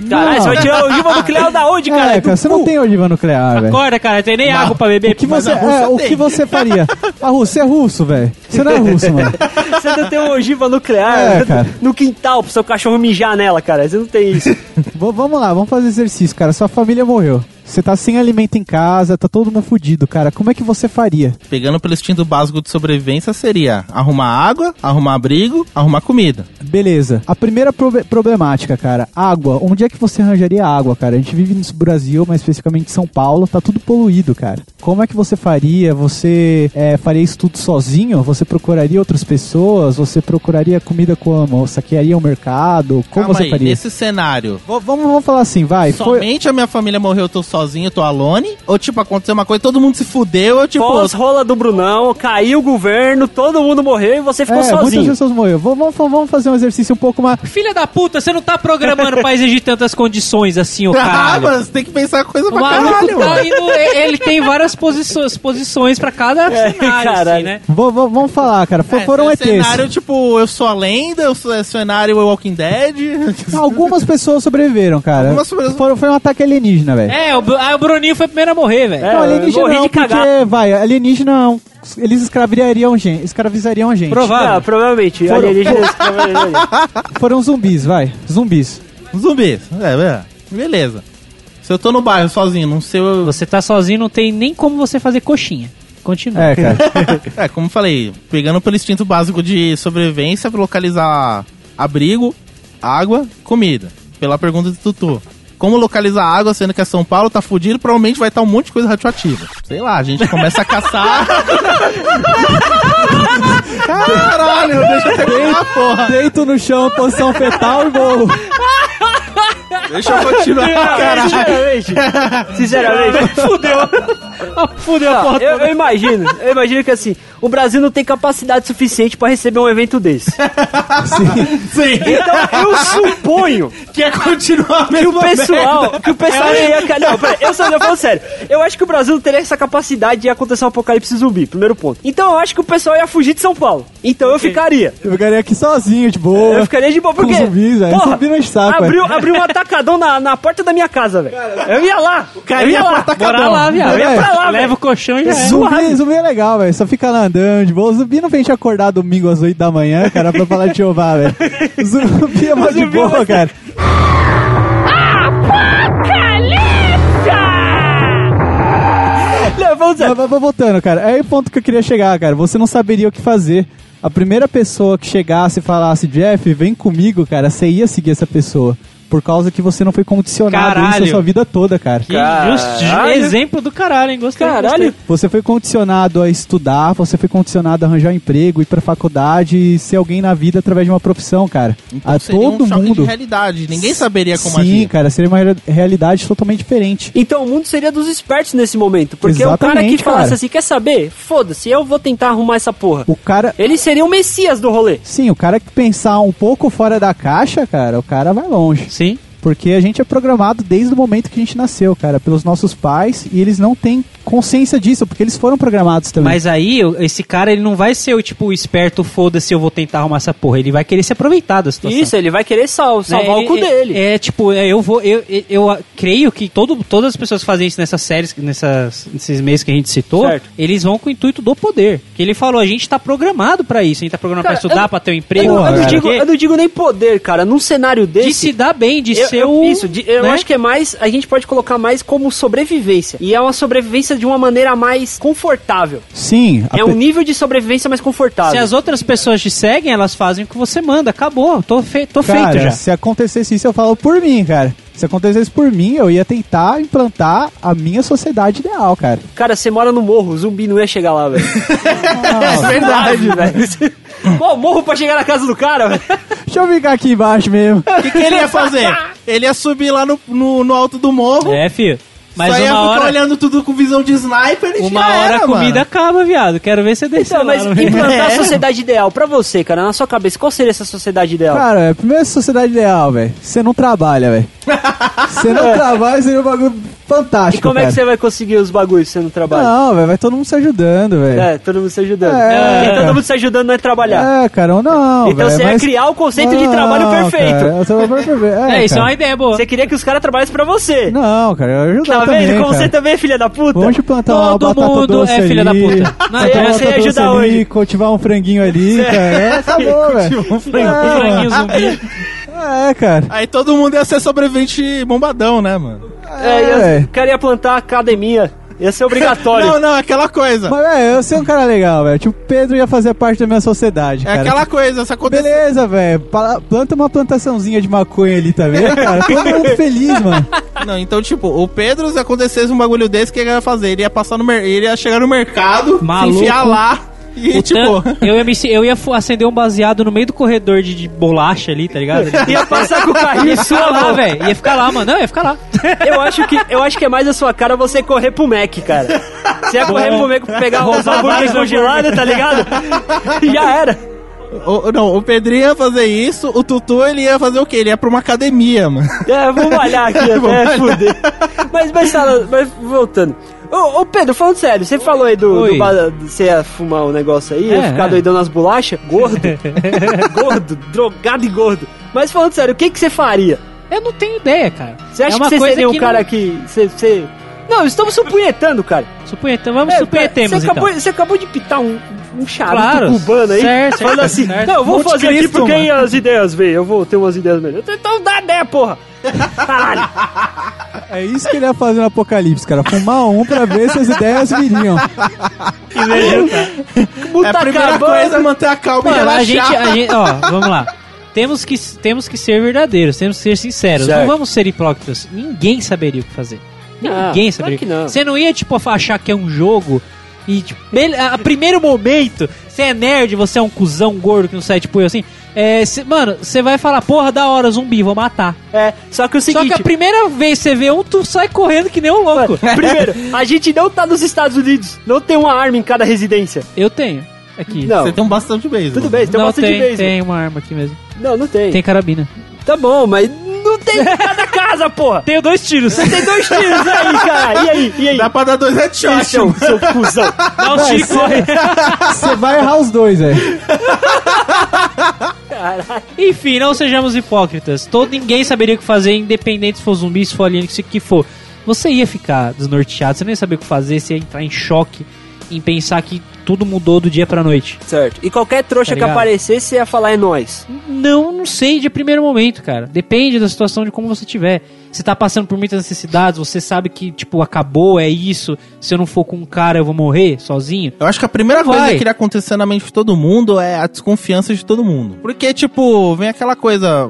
[SPEAKER 2] Caralho, você
[SPEAKER 4] Não.
[SPEAKER 2] vai tirar o Gilma nuclear da onde, cara?
[SPEAKER 4] É, cara, você não tem ogiva nuclear, velho.
[SPEAKER 3] Acorda, cara. Tem nem água pra beber.
[SPEAKER 4] É. O que
[SPEAKER 1] mas
[SPEAKER 4] você,
[SPEAKER 1] a Rússia
[SPEAKER 4] é, o
[SPEAKER 1] tem.
[SPEAKER 4] que você faria? A Rússia é russo, velho. Você não é russo, mano.
[SPEAKER 2] Você não tem uma ogiva nuclear
[SPEAKER 4] É, cara.
[SPEAKER 2] no quintal pro seu cachorro mijar nela, cara. Você não tem isso.
[SPEAKER 4] V- vamos lá, vamos fazer exercício, cara. Sua família morreu. Você tá sem alimento em casa, tá todo mundo fudido, cara. Como é que você faria?
[SPEAKER 1] Pegando pelo instinto básico de sobrevivência seria arrumar água, arrumar abrigo, arrumar comida.
[SPEAKER 4] Beleza. A primeira probe- problemática, cara. Água. Onde é que você arranjaria água, cara? A gente vive no Brasil, mas especificamente em São Paulo. Tá tudo poluído, cara. Como é que você faria? Você é, faria isso tudo sozinho? Você procuraria outras pessoas? Você procuraria comida como? Saquearia o mercado? Como
[SPEAKER 1] Calma
[SPEAKER 4] você
[SPEAKER 1] aí,
[SPEAKER 4] faria?
[SPEAKER 1] nesse cenário,
[SPEAKER 4] V- Vamos, vamos falar assim, vai. Foi,
[SPEAKER 1] somente a minha família morreu, eu tô sozinho, eu tô alone? Ou, tipo, aconteceu uma coisa, todo mundo se fudeu, eu, tipo...
[SPEAKER 2] Pós rola do Brunão, caiu o governo, todo mundo morreu e você ficou
[SPEAKER 4] é, muitas
[SPEAKER 2] sozinho.
[SPEAKER 4] pessoas morreram. V- Vamos, vamos fazer um exercício um pouco mais.
[SPEAKER 3] Filha da puta, você não tá programando pra exigir tantas condições assim, ô
[SPEAKER 1] Ah,
[SPEAKER 3] caralho.
[SPEAKER 1] mas tem que pensar coisa
[SPEAKER 3] O
[SPEAKER 1] pra
[SPEAKER 3] maluco
[SPEAKER 1] caralho,
[SPEAKER 3] tá
[SPEAKER 1] mano.
[SPEAKER 3] indo, ele tem várias posições, posições pra cada cenário, assim,
[SPEAKER 2] caralho.
[SPEAKER 3] né?
[SPEAKER 4] V- v- vamos falar, cara. Fo- foram
[SPEAKER 1] É,
[SPEAKER 4] ETs.
[SPEAKER 1] cenário, tipo, eu sou a lenda, eu sou é cenário Walking Dead.
[SPEAKER 4] Algumas pessoas sobreviveram, cara.
[SPEAKER 1] Algumas pessoas-
[SPEAKER 4] Foram- foi um ataque alienígena, velho.
[SPEAKER 3] É, o, Bru- ah, o Bruninho foi o primeiro a morrer, velho.
[SPEAKER 2] É,
[SPEAKER 4] não,
[SPEAKER 2] eu
[SPEAKER 4] alienígena
[SPEAKER 2] morri
[SPEAKER 4] não,
[SPEAKER 2] de
[SPEAKER 4] porque,
[SPEAKER 2] cagar.
[SPEAKER 4] vai, alienígena não. Eles escravizariam gente. Escravizariam a gente.
[SPEAKER 2] Ah,
[SPEAKER 3] Provável.
[SPEAKER 2] provavelmente.
[SPEAKER 4] Foram-
[SPEAKER 2] alienígenas- provavelmente.
[SPEAKER 4] Foram zumbis, vai. Zumbis.
[SPEAKER 1] Zumbi. É, é, beleza. Se eu tô no bairro sozinho, não sei... Eu...
[SPEAKER 3] Você tá sozinho, não tem nem como você fazer coxinha. Continua.
[SPEAKER 4] É, cara.
[SPEAKER 1] É, como eu falei, pegando pelo instinto básico de sobrevivência pra localizar abrigo, água, comida. Pela pergunta do Tutu. Como localizar água, sendo que é São Paulo, tá fudido, provavelmente vai estar um monte de coisa radioativa. Sei lá, a gente começa a caçar. Caralho, deixa eu terminar, porra.
[SPEAKER 4] Deito no chão, posição fetal e morro.
[SPEAKER 1] Deixa eu continuar, cara.
[SPEAKER 2] Sinceramente, sinceramente,
[SPEAKER 3] Fudeu. Fudeu a porra
[SPEAKER 2] eu,
[SPEAKER 3] toda.
[SPEAKER 2] eu imagino, eu imagino que assim, o Brasil não tem capacidade suficiente pra receber um evento desse.
[SPEAKER 1] Sim.
[SPEAKER 2] Então, eu suponho
[SPEAKER 1] Quer continuar
[SPEAKER 2] que o
[SPEAKER 1] mesmo
[SPEAKER 2] pessoal, que o pessoal
[SPEAKER 4] É.
[SPEAKER 2] ia... ca- Não, pera, eu só eu falo sério. Eu acho que o Brasil não teria essa capacidade de acontecer um apocalipse zumbi, primeiro ponto. Então eu acho que o pessoal ia fugir de São Paulo. Então eu ficaria.
[SPEAKER 4] Eu ficaria aqui sozinho, de boa.
[SPEAKER 2] Eu ficaria de boa,
[SPEAKER 4] É. Com
[SPEAKER 2] porque...
[SPEAKER 4] zumbis, aí
[SPEAKER 2] porra,
[SPEAKER 4] zumbi não é saco,
[SPEAKER 2] abriu, abriu um atacadão na, na porta da minha casa, velho. Eu ia lá.
[SPEAKER 1] cara
[SPEAKER 2] eu ia
[SPEAKER 1] ia pro
[SPEAKER 2] lá.
[SPEAKER 1] atacadão.
[SPEAKER 3] Bora lá, viado.
[SPEAKER 2] Eu ia pra lá,
[SPEAKER 3] Leva
[SPEAKER 2] velho.
[SPEAKER 3] o colchão e já é.
[SPEAKER 4] Zumbi, zumbi é legal, velho. Só fica lá andando de boa. Zumbi não vem te acordar domingo às 8 da manhã, cara, pra falar de Jeová, velho. Zumbi é mó de
[SPEAKER 2] Zumbi é
[SPEAKER 4] boa,
[SPEAKER 2] mais-
[SPEAKER 4] cara.
[SPEAKER 2] Não, vamos dizer,
[SPEAKER 4] Mas, mas, mas voltando, cara. É o ponto que eu queria chegar, cara. Você não saberia o que fazer. A primeira pessoa que chegasse e falasse, Jeff, vem comigo, cara, você ia seguir essa pessoa. Por causa que você não foi condicionado isso
[SPEAKER 3] Caralho.
[SPEAKER 4] a sua vida toda, cara.
[SPEAKER 3] Que justo. Exemplo do caralho, hein? Gostei.
[SPEAKER 2] Caralho.
[SPEAKER 4] Você foi condicionado a estudar, você foi condicionado a arranjar um emprego, ir pra faculdade e ser alguém na vida através de uma profissão, cara. a
[SPEAKER 1] Seria um
[SPEAKER 4] todo
[SPEAKER 1] choque
[SPEAKER 4] mundo.
[SPEAKER 1] de realidade. Ninguém saberia como
[SPEAKER 4] Sim,
[SPEAKER 1] agir.
[SPEAKER 4] cara, seria uma rea- realidade totalmente diferente.
[SPEAKER 2] Então o mundo seria dos espertos nesse momento. Porque o cara
[SPEAKER 4] Exatamente,
[SPEAKER 2] que falasse
[SPEAKER 4] cara.
[SPEAKER 2] assim, quer saber? Foda-se, eu vou tentar arrumar essa porra.
[SPEAKER 4] O cara.
[SPEAKER 2] Ele seria o Messias do rolê.
[SPEAKER 4] Sim, o cara que pensar um pouco fora da caixa, cara, o cara vai longe.
[SPEAKER 3] Sim.
[SPEAKER 4] Porque a gente é programado desde o momento que a gente nasceu, cara, pelos nossos pais, e eles não têm consciência disso, porque eles foram programados também.
[SPEAKER 3] Mas aí, eu- esse cara, ele não vai ser o tipo esperto, foda-se, eu vou tentar arrumar essa porra. Ele vai querer se aproveitar da situação.
[SPEAKER 2] Isso, ele vai querer sal-
[SPEAKER 3] Né?
[SPEAKER 2] salvar
[SPEAKER 3] Ele-
[SPEAKER 2] o cu
[SPEAKER 3] é-
[SPEAKER 2] dele.
[SPEAKER 3] É, tipo, é, eu vou. Eu, eu, eu a- creio que todo, todas as pessoas que fazem isso nessas séries, nessas, nesses meses que a gente citou,
[SPEAKER 2] Certo.
[SPEAKER 3] eles vão com o intuito do poder. Que ele falou, a gente tá programado pra isso, a gente tá programado
[SPEAKER 2] Cara,
[SPEAKER 3] pra estudar,
[SPEAKER 2] eu não-
[SPEAKER 3] pra ter um
[SPEAKER 2] Eu,
[SPEAKER 3] emprego,
[SPEAKER 2] não, eu
[SPEAKER 3] pra
[SPEAKER 2] não
[SPEAKER 3] não sei o
[SPEAKER 2] digo,
[SPEAKER 3] quê.
[SPEAKER 2] eu não digo nem poder, cara. Num cenário desse.
[SPEAKER 3] de se dar bem, de
[SPEAKER 2] eu,
[SPEAKER 3] ser
[SPEAKER 2] eu-
[SPEAKER 3] o.
[SPEAKER 2] Isso, de- eu
[SPEAKER 3] né?
[SPEAKER 2] acho que é mais. A gente pode colocar mais como sobrevivência. E é uma sobrevivência de uma maneira mais confortável.
[SPEAKER 4] Sim, a
[SPEAKER 2] É um
[SPEAKER 4] pe-
[SPEAKER 2] nível de sobrevivência mais
[SPEAKER 3] Se
[SPEAKER 2] confortável.
[SPEAKER 3] as outras pessoas te seguem, elas fazem o que você manda. Acabou, tô, fei-
[SPEAKER 2] Tá
[SPEAKER 3] tô feito
[SPEAKER 4] cara,
[SPEAKER 3] já.
[SPEAKER 4] se acontecesse isso, eu falo por mim, cara. Se acontecesse por mim, eu ia tentar implantar a minha sociedade ideal, cara.
[SPEAKER 2] Cara, você mora no morro, o zumbi não ia chegar lá, velho.
[SPEAKER 1] É verdade.
[SPEAKER 2] velho. Pô, morro pra chegar na casa do cara, velho.
[SPEAKER 4] Deixa eu ficar aqui embaixo mesmo.
[SPEAKER 1] O que, que ele ia fazer? Ele ia subir lá no, no, no alto do morro,
[SPEAKER 3] É, filho. Mas
[SPEAKER 1] só ia
[SPEAKER 3] uma
[SPEAKER 1] ficar
[SPEAKER 3] hora,
[SPEAKER 1] olhando tudo com visão de sniper e
[SPEAKER 3] uma
[SPEAKER 1] já
[SPEAKER 3] hora
[SPEAKER 1] era,
[SPEAKER 3] a comida
[SPEAKER 1] mano.
[SPEAKER 3] acaba, viado. Quero ver você descer
[SPEAKER 2] Então,
[SPEAKER 3] lá
[SPEAKER 2] mas
[SPEAKER 3] no meio.
[SPEAKER 2] implantar
[SPEAKER 1] É.
[SPEAKER 2] a sociedade ideal pra você, cara, na sua cabeça, qual seria essa sociedade ideal?
[SPEAKER 4] Cara, é a primeira sociedade ideal, velho. Você não trabalha, velho. Você não trabalha, seria um bagulho
[SPEAKER 2] e
[SPEAKER 4] fantástico.
[SPEAKER 2] como é que
[SPEAKER 4] cara.
[SPEAKER 2] você vai conseguir os bagulhos se você não trabalha?
[SPEAKER 4] Não, velho, vai todo mundo se ajudando, velho.
[SPEAKER 2] É, todo mundo se ajudando.
[SPEAKER 4] É.
[SPEAKER 2] Quem todo mundo se ajudando não é trabalhar.
[SPEAKER 4] É, cara, ou não.
[SPEAKER 2] então
[SPEAKER 4] velho,
[SPEAKER 2] você ia
[SPEAKER 4] mas-
[SPEAKER 2] criar o conceito de
[SPEAKER 4] Não,
[SPEAKER 2] trabalho perfeito.
[SPEAKER 4] cara, é o trabalho perfeito. É,
[SPEAKER 3] É, isso é
[SPEAKER 4] cara.
[SPEAKER 3] uma ideia boa.
[SPEAKER 2] Você queria que os caras trabalhassem pra você.
[SPEAKER 4] Não, cara, eu ajudar
[SPEAKER 2] tá
[SPEAKER 4] também,
[SPEAKER 2] vendo como
[SPEAKER 4] cara.
[SPEAKER 2] você também é filha da puta?
[SPEAKER 4] Vamos te plantar uma
[SPEAKER 3] Todo
[SPEAKER 4] batata
[SPEAKER 3] mundo
[SPEAKER 4] doce
[SPEAKER 3] é
[SPEAKER 4] ali,
[SPEAKER 3] filha da puta. Não,
[SPEAKER 2] você
[SPEAKER 4] plantar uma
[SPEAKER 2] ia
[SPEAKER 4] batata
[SPEAKER 2] ajudar
[SPEAKER 4] doce ali,
[SPEAKER 2] hoje.
[SPEAKER 4] cultivar um franguinho ali, cara. É, tá bom, velho.
[SPEAKER 3] Um franguinho
[SPEAKER 4] É,
[SPEAKER 3] zumbi.
[SPEAKER 4] mano. É, cara.
[SPEAKER 1] Aí todo mundo ia ser sobrevivente bombadão, né, mano?
[SPEAKER 2] É, e
[SPEAKER 4] É.
[SPEAKER 2] eu queria plantar academia. Ia ser obrigatório.
[SPEAKER 1] Não, não, aquela coisa.
[SPEAKER 4] Mas, velho, eu sou um cara legal, velho. Tipo, Pedro ia fazer parte da minha sociedade,
[SPEAKER 1] É
[SPEAKER 4] cara. Tipo,
[SPEAKER 1] aquela coisa, se acontecer.
[SPEAKER 4] Beleza, velho. Pala- Planta uma plantaçãozinha de maconha ali também, cara. Todo mundo feliz, mano.
[SPEAKER 1] Não, então, tipo, o Pedro, se acontecesse um bagulho desse, o que ele ia fazer? Ele ia passar no mer... Ele ia chegar no mercado,
[SPEAKER 3] Maluco.
[SPEAKER 1] se enfiar lá e,
[SPEAKER 3] O
[SPEAKER 1] tipo.
[SPEAKER 3] tan- eu ia, me se- eu ia fu- acender um baseado no meio do corredor de, de bolacha ali, tá ligado?
[SPEAKER 2] Ia passar com o carrinho
[SPEAKER 3] Ia
[SPEAKER 2] sua
[SPEAKER 3] ficar lá,
[SPEAKER 2] mão.
[SPEAKER 3] velho. Ia ficar lá, mano. Não, ia ficar lá.
[SPEAKER 2] Eu acho, que, eu acho que é mais a sua cara você correr pro Mac, cara. Você ia correr pro Mac pra pegar os hambúrgueres congelados, tá ligado? Já era.
[SPEAKER 1] o- não, o Pedrinho ia fazer isso, o Tutu, ele ia fazer o quê? Ele ia pra uma academia, mano.
[SPEAKER 2] É, vou malhar aqui até
[SPEAKER 1] Vou malhar.
[SPEAKER 2] fuder. Mas, mas, Sala, mas voltando. Ô, ô, Pedro, falando sério, você falou aí do, do
[SPEAKER 3] Oi.
[SPEAKER 2] ba- do- você ia fumar o negócio aí, ia
[SPEAKER 3] É,
[SPEAKER 2] ficar
[SPEAKER 3] é.
[SPEAKER 2] doidão nas bolachas, gordo, gordo, drogado e gordo. Mas falando sério, o que, que você faria?
[SPEAKER 3] Eu não tenho ideia, cara.
[SPEAKER 2] Você acha
[SPEAKER 3] É
[SPEAKER 2] que você seria um
[SPEAKER 3] não-
[SPEAKER 2] cara que. Você, você- Não, estamos supunhetando, cara.
[SPEAKER 3] Supunhetamos, vamos
[SPEAKER 2] É,
[SPEAKER 3] supunhetemos,
[SPEAKER 2] você,
[SPEAKER 3] então.
[SPEAKER 2] acabou, você acabou de pitar um, um charuto
[SPEAKER 3] Claro,
[SPEAKER 2] cubano aí.
[SPEAKER 3] certo,
[SPEAKER 2] falando
[SPEAKER 3] certo,
[SPEAKER 2] assim,
[SPEAKER 3] certo.
[SPEAKER 2] não, eu vou
[SPEAKER 1] Monte
[SPEAKER 2] fazer aqui
[SPEAKER 1] Cristo,
[SPEAKER 2] porque
[SPEAKER 1] mano.
[SPEAKER 2] aí as ideias veio. Eu vou ter umas ideias melhores.
[SPEAKER 1] É
[SPEAKER 2] Então dá
[SPEAKER 3] né,
[SPEAKER 2] ideia, porra. Caralho.
[SPEAKER 4] É isso que ele ia fazer no apocalipse, cara. Fumar um pra ver se as ideias viriam.
[SPEAKER 1] É a primeira coisa é
[SPEAKER 2] né?
[SPEAKER 1] manter a calma e
[SPEAKER 3] Mano,
[SPEAKER 1] relaxar.
[SPEAKER 3] a gente, a gente- Ó, vamos lá. Temos que, temos que ser verdadeiros, temos que ser sinceros.
[SPEAKER 2] Certo.
[SPEAKER 3] Não vamos ser hipócritas. Ninguém saberia o que fazer.
[SPEAKER 2] Não,
[SPEAKER 3] Ninguém
[SPEAKER 2] Ah, claro
[SPEAKER 3] saberia.
[SPEAKER 2] que não.
[SPEAKER 3] Você não ia, tipo, achar que é um jogo E, tipo, ele- a, a primeiro momento, você é nerd, você é um cuzão gordo que não sai de punho assim. é, cê- mano, você vai falar, porra, da hora, zumbi, vou matar.
[SPEAKER 2] É, só que o seguinte... é-
[SPEAKER 3] Só que a primeira vez que você vê um, tu sai correndo que nem um louco.
[SPEAKER 2] Primeiro, a gente não tá nos Estados Unidos. Não tem uma arma em cada residência.
[SPEAKER 3] Eu tenho. Aqui.
[SPEAKER 2] Não.
[SPEAKER 1] Você tem um bastão de beisebol.
[SPEAKER 2] Tudo bem, você tem
[SPEAKER 3] Não,
[SPEAKER 2] bastante
[SPEAKER 3] tem,
[SPEAKER 2] vez.
[SPEAKER 3] tem uma arma aqui mesmo.
[SPEAKER 2] Não, não tem.
[SPEAKER 3] Tem carabina.
[SPEAKER 2] Tá bom, mas não tem em cada casa, porra.
[SPEAKER 3] Tenho dois tiros.
[SPEAKER 2] Tem dois tiros aí, cara. E aí, e aí?
[SPEAKER 1] Dá pra um. dar dois headshots.
[SPEAKER 2] Seu, seu cuzão.
[SPEAKER 3] Dá um tiro e corre.
[SPEAKER 4] Você vai errar os dois, velho.
[SPEAKER 3] Enfim, não sejamos hipócritas. Todo, ninguém saberia o que fazer, independente se for zumbi, se for alien, se que for. Você ia ficar desnorteado, você não ia saber o que fazer, você ia entrar em choque, em pensar que tudo mudou do dia pra noite.
[SPEAKER 2] Certo. E qualquer trouxa
[SPEAKER 3] Tá
[SPEAKER 2] que
[SPEAKER 3] ligado?
[SPEAKER 2] aparecesse, você ia falar é nós.
[SPEAKER 3] Não, não sei de primeiro momento, cara. Depende da situação de como você tiver. Você tá passando por muitas necessidades, você sabe que, tipo, acabou, é isso. Se eu não for com um cara, eu vou morrer sozinho.
[SPEAKER 1] Eu acho que a primeira
[SPEAKER 3] Não
[SPEAKER 1] coisa
[SPEAKER 3] vai.
[SPEAKER 1] que iria acontecer na mente de todo mundo é a desconfiança de todo mundo. Porque, tipo, vem aquela coisa.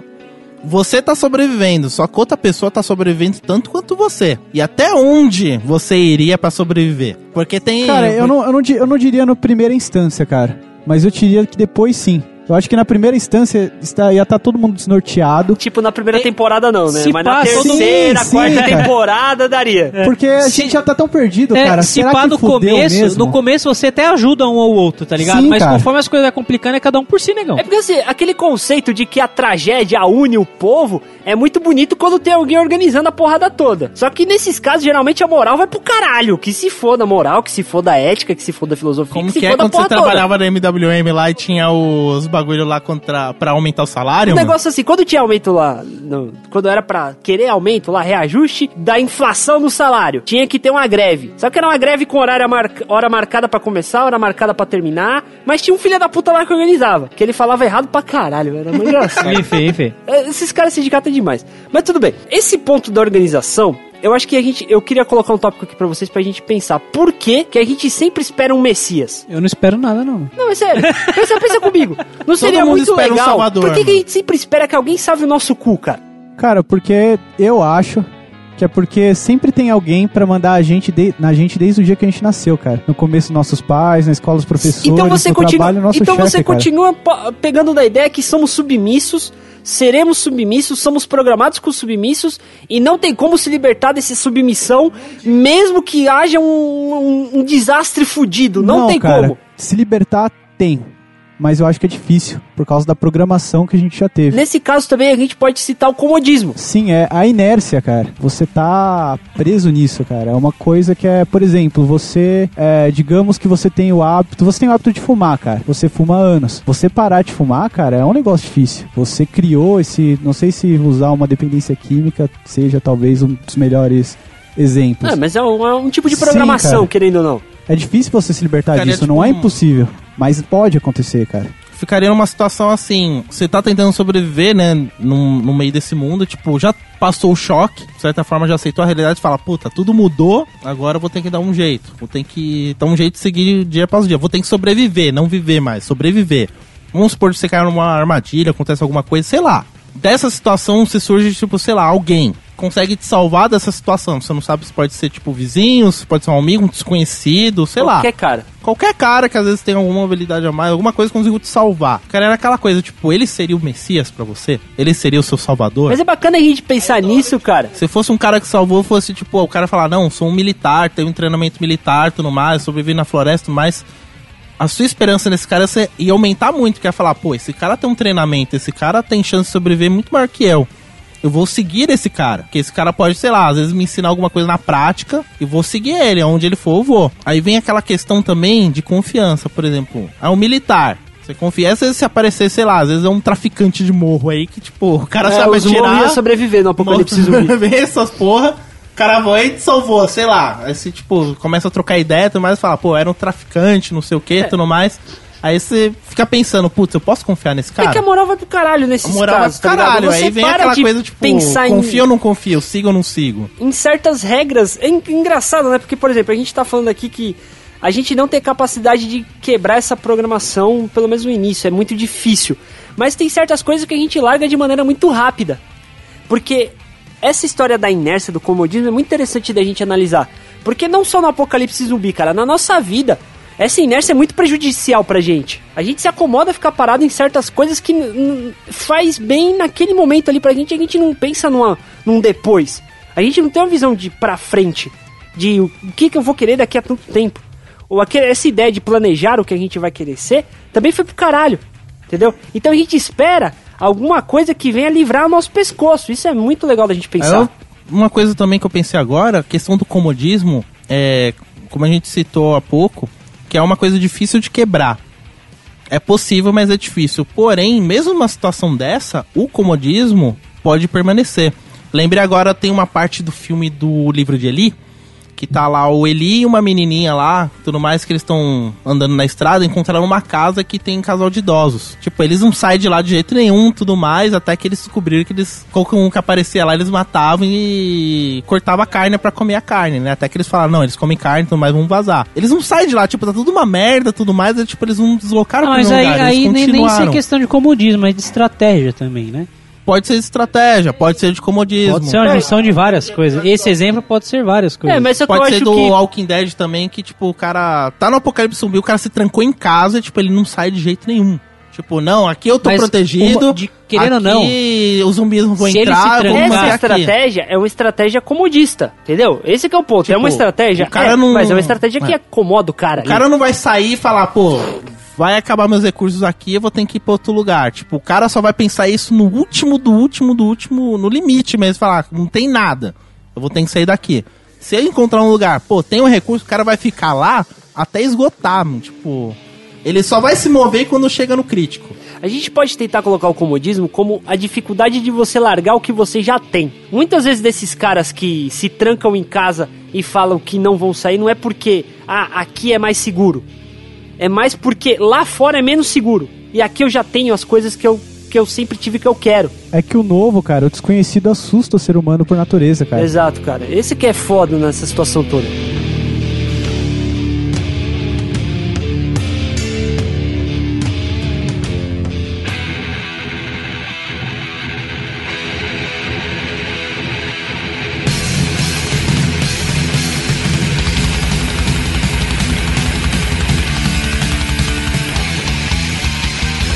[SPEAKER 1] Você tá sobrevivendo, só que outra pessoa tá sobrevivendo tanto quanto você. E até onde você iria pra sobreviver? Porque tem.
[SPEAKER 4] Cara, eu não, eu, não, di- eu não diria na primeira instância, cara. Mas eu diria que depois sim. Eu acho que na primeira instância está, ia estar todo mundo desnorteado.
[SPEAKER 2] Tipo, na primeira
[SPEAKER 3] Tem-
[SPEAKER 2] temporada não, né?
[SPEAKER 3] Se
[SPEAKER 2] mas na
[SPEAKER 3] passa- Sim,
[SPEAKER 2] terceira,
[SPEAKER 4] sim,
[SPEAKER 2] quarta
[SPEAKER 4] cara.
[SPEAKER 2] temporada daria.
[SPEAKER 4] Porque a
[SPEAKER 3] Se-
[SPEAKER 4] gente já tá tão perdido,
[SPEAKER 3] É,
[SPEAKER 4] cara.
[SPEAKER 3] se
[SPEAKER 4] Será
[SPEAKER 3] pá
[SPEAKER 4] que
[SPEAKER 3] no
[SPEAKER 4] fudeu
[SPEAKER 3] começo,
[SPEAKER 4] mesmo?
[SPEAKER 3] no começo você até ajuda um ou outro, tá ligado?
[SPEAKER 4] Sim,
[SPEAKER 3] Mas
[SPEAKER 4] cara.
[SPEAKER 3] conforme as coisas vai complicando, é cada um por si, negão.
[SPEAKER 2] É porque assim, aquele conceito de que a tragédia une o povo é muito bonito quando tem alguém organizando a porrada toda. Só que nesses casos, geralmente a moral vai pro caralho. Que se for da moral, que se for da ética, que se for da filosofia,
[SPEAKER 1] Como
[SPEAKER 2] que se
[SPEAKER 1] que
[SPEAKER 2] for
[SPEAKER 1] é
[SPEAKER 2] da
[SPEAKER 1] quando
[SPEAKER 2] porra
[SPEAKER 1] você
[SPEAKER 2] toda.
[SPEAKER 1] trabalhava na MWM lá e tinha os bagulho lá contra, pra aumentar o salário?
[SPEAKER 2] Um
[SPEAKER 1] mano?
[SPEAKER 2] negócio assim, quando tinha aumento lá, no- quando era pra querer aumento lá, reajuste da inflação no salário, tinha que ter uma greve. Só que era uma greve com horário marca- hora marcada pra começar, hora marcada pra terminar, mas tinha um filho da puta lá que organizava, que ele falava errado pra caralho, era muito engraçado.
[SPEAKER 3] Enfim, enfim.
[SPEAKER 2] É, Esses caras sindicato é demais. Mas tudo bem. Esse ponto da organização, eu acho que a gente. Eu queria colocar um tópico aqui pra vocês pra gente pensar. Por que que a gente sempre espera um Messias?
[SPEAKER 3] Eu não espero nada, não.
[SPEAKER 2] Não, é sério. Pensa, pensa comigo. Não seria
[SPEAKER 1] mundo
[SPEAKER 2] muito
[SPEAKER 1] espera um
[SPEAKER 2] legal.
[SPEAKER 1] salvador,
[SPEAKER 2] por que, que a
[SPEAKER 4] né?
[SPEAKER 1] mano.
[SPEAKER 2] gente sempre espera que alguém salve o nosso cu, cara?
[SPEAKER 4] Cara, porque eu acho que é porque sempre tem alguém pra mandar a gente de- na gente desde o dia que a gente nasceu, cara. No começo, nossos pais, na escola, os professores,
[SPEAKER 2] então você
[SPEAKER 4] no
[SPEAKER 2] continua,
[SPEAKER 4] trabalho, nosso
[SPEAKER 2] então
[SPEAKER 4] chefe,
[SPEAKER 2] você
[SPEAKER 4] cara.
[SPEAKER 2] continua po- pegando da ideia que somos submissos, seremos submissos, somos programados com submissos e não tem como se libertar dessa submissão, mesmo que haja um, um- um desastre fudido, não, tem
[SPEAKER 4] cara,
[SPEAKER 2] como.
[SPEAKER 4] Se libertar, tem. Mas eu acho que é difícil, por causa da programação que a gente já teve.
[SPEAKER 2] Nesse caso também a gente pode citar o comodismo.
[SPEAKER 4] Sim, é a inércia, cara. Você tá preso nisso, cara. É uma coisa que é, por exemplo, você, é, digamos que você tem o hábito, você tem o hábito de fumar, cara. Você fuma há anos. Você parar de fumar, cara, é um negócio difícil. Você criou esse, não sei se usar uma dependência química seja talvez um dos melhores exemplos.
[SPEAKER 2] Ah, mas é um, é um tipo de
[SPEAKER 4] Sim,
[SPEAKER 2] programação,
[SPEAKER 4] cara.
[SPEAKER 2] querendo ou não.
[SPEAKER 4] É difícil você se libertar
[SPEAKER 1] Cara, é
[SPEAKER 4] disso,
[SPEAKER 1] tipo
[SPEAKER 4] não é
[SPEAKER 1] um-
[SPEAKER 4] impossível, mas pode acontecer, cara.
[SPEAKER 1] ficaria numa situação assim, você tá tentando sobreviver, né, num- no meio desse mundo, tipo, já passou o choque, de certa forma já aceitou a realidade e fala, puta, tudo mudou, agora eu vou ter que dar um jeito, vou ter que dar um jeito de seguir dia após dia, vou ter que sobreviver, não viver mais, sobreviver. Vamos supor que você cai numa armadilha, acontece alguma coisa, sei lá. Dessa situação se surge, tipo, sei lá, alguém consegue te salvar dessa situação. Você não sabe se pode ser, tipo, vizinho, se pode ser um amigo, um desconhecido, sei lá
[SPEAKER 2] Qualquer cara.
[SPEAKER 1] qualquer cara que às vezes tem alguma habilidade a mais, alguma coisa que consigo te salvar. Cara, era aquela coisa, tipo, ele seria o Messias pra você? Ele seria o seu salvador?
[SPEAKER 2] Mas é bacana a gente pensar nisso, cara.
[SPEAKER 1] Se fosse um cara que salvou, fosse tipo, o cara falar, não, sou um militar, tenho um treinamento militar, tudo mais, sobrevivi na floresta, tudo mais. A sua esperança nesse cara ia ia aumentar muito, que ia falar, pô, esse cara tem um treinamento, esse cara tem chance de sobreviver muito maior que eu. Eu vou seguir esse cara, porque esse cara pode, sei lá, às vezes me ensinar alguma coisa na prática e vou seguir ele, aonde ele for, eu vou. Aí vem aquela questão também de confiança, por exemplo, é um militar. Você confia, às vezes se aparecer, sei lá, às vezes é um traficante de morro aí que, tipo, o cara
[SPEAKER 2] É,
[SPEAKER 1] sabe
[SPEAKER 2] os morros
[SPEAKER 1] atirar.
[SPEAKER 2] ia sobreviver no apocalipse zumbi.
[SPEAKER 1] Vem essas porra. O cara vai e te salvou, sei lá. Aí você, tipo, começa a trocar ideia, tudo mais, fala, pô, era um traficante, não sei o que,
[SPEAKER 2] É.
[SPEAKER 1] tudo mais. Aí você fica pensando, putz, eu posso confiar nesse cara?
[SPEAKER 2] É que a moral vai pro caralho nesses
[SPEAKER 1] A moral vai
[SPEAKER 2] casos,
[SPEAKER 1] pro caralho.
[SPEAKER 2] tá ligado? Você
[SPEAKER 1] aí vem
[SPEAKER 2] para
[SPEAKER 1] aquela
[SPEAKER 2] de
[SPEAKER 1] coisa, tipo,
[SPEAKER 2] pensar em-
[SPEAKER 1] confio ou não confio, sigo ou não sigo.
[SPEAKER 2] em certas regras. É en- engraçado, né? Porque, por exemplo, a gente tá falando aqui que a gente não tem capacidade de quebrar essa programação, pelo menos no início, é muito difícil. Mas tem certas coisas que a gente larga de maneira muito rápida. Porque essa história da inércia, do comodismo, é muito interessante da gente analisar. Porque não só no apocalipse zumbi, cara, na nossa vida, essa inércia é muito prejudicial pra gente. A gente se acomoda a ficar parado em certas coisas que n- n- faz bem naquele momento ali pra gente, a gente não pensa numa, num depois. A gente não tem uma visão de pra frente, de o o que, que eu vou querer daqui a tanto tempo. Ou aquele, essa ideia de planejar o que a gente vai querer ser, também foi pro caralho, entendeu? Então a gente espera alguma coisa que venha livrar o nosso pescoço. Isso é muito legal da gente pensar.
[SPEAKER 1] Eu- uma coisa também que eu pensei agora, a questão do comodismo, é, como a gente citou há pouco, que é uma coisa difícil de quebrar. É possível, mas é difícil. Porém, mesmo numa situação dessa, o comodismo pode permanecer. Lembre agora, tem uma parte do filme do livro de Eli, que tá lá o Eli e uma menininha lá, tudo mais, que eles estão andando na estrada, encontraram uma casa que tem um casal de idosos. Tipo, eles não saem de lá de jeito nenhum, tudo mais, até que eles descobriram que eles, qualquer um que aparecia lá, eles matavam e cortava a carne pra comer a carne, né? Até que eles falaram, não, eles comem carne, tudo mais, vamos vazar. Eles não saem de lá, tipo, tá tudo uma merda, tudo mais, é, tipo, eles não deslocaram
[SPEAKER 3] Ah,
[SPEAKER 1] pra
[SPEAKER 3] mas
[SPEAKER 1] nenhum
[SPEAKER 3] aí,
[SPEAKER 1] lugar,
[SPEAKER 3] aí
[SPEAKER 1] eles
[SPEAKER 3] nem, nem
[SPEAKER 1] continuaram.
[SPEAKER 3] ser questão de comodismo, é de estratégia também, né?
[SPEAKER 1] Pode ser de estratégia, pode ser de comodismo.
[SPEAKER 3] Pode ser uma junção de várias coisas. Esse exemplo pode ser várias coisas.
[SPEAKER 2] É, mas só que eu
[SPEAKER 1] Pode ser
[SPEAKER 2] acho
[SPEAKER 1] do
[SPEAKER 2] que
[SPEAKER 1] Walking Dead também, que, tipo, o cara tá no apocalipse zumbi, o cara se trancou em casa e, tipo, ele não sai de jeito nenhum. Tipo, não, aqui eu tô
[SPEAKER 3] Mas
[SPEAKER 1] protegido.
[SPEAKER 3] uma- de- querendo ou não,
[SPEAKER 1] aqui os zumbis não vão
[SPEAKER 3] se ele
[SPEAKER 1] entrar,
[SPEAKER 3] se
[SPEAKER 1] eu vou
[SPEAKER 3] trancar-
[SPEAKER 2] Essa
[SPEAKER 1] ficar aqui.
[SPEAKER 2] estratégia é uma estratégia comodista, entendeu? Esse que é o ponto. é uma estratégia,
[SPEAKER 1] Tipo, o cara
[SPEAKER 2] é,
[SPEAKER 1] não-
[SPEAKER 2] mas é uma estratégia que
[SPEAKER 1] é.
[SPEAKER 2] acomoda o cara.
[SPEAKER 1] O cara não vai sair e falar, pô, vai acabar meus recursos aqui, eu vou ter que ir pra outro lugar. Tipo, o cara só vai pensar isso no último, do último, do último, no limite mesmo. Falar, não tem nada, eu vou ter que sair daqui. Se ele encontrar um lugar, pô, tem um recurso, o cara vai ficar lá até esgotar, mano. Tipo, ele só vai se mover quando chega no crítico.
[SPEAKER 2] A gente pode tentar colocar o comodismo como a dificuldade de você largar o que você já tem. Muitas vezes desses caras que se trancam em casa e falam que não vão sair, não é porque ah, aqui é mais seguro. É mais porque lá fora é menos seguro. E aqui eu já tenho as coisas que eu, que eu sempre tive que eu quero.
[SPEAKER 4] É que o novo, cara, o desconhecido assusta o ser humano por natureza, cara.
[SPEAKER 2] Exato, cara. Esse que é foda nessa situação toda.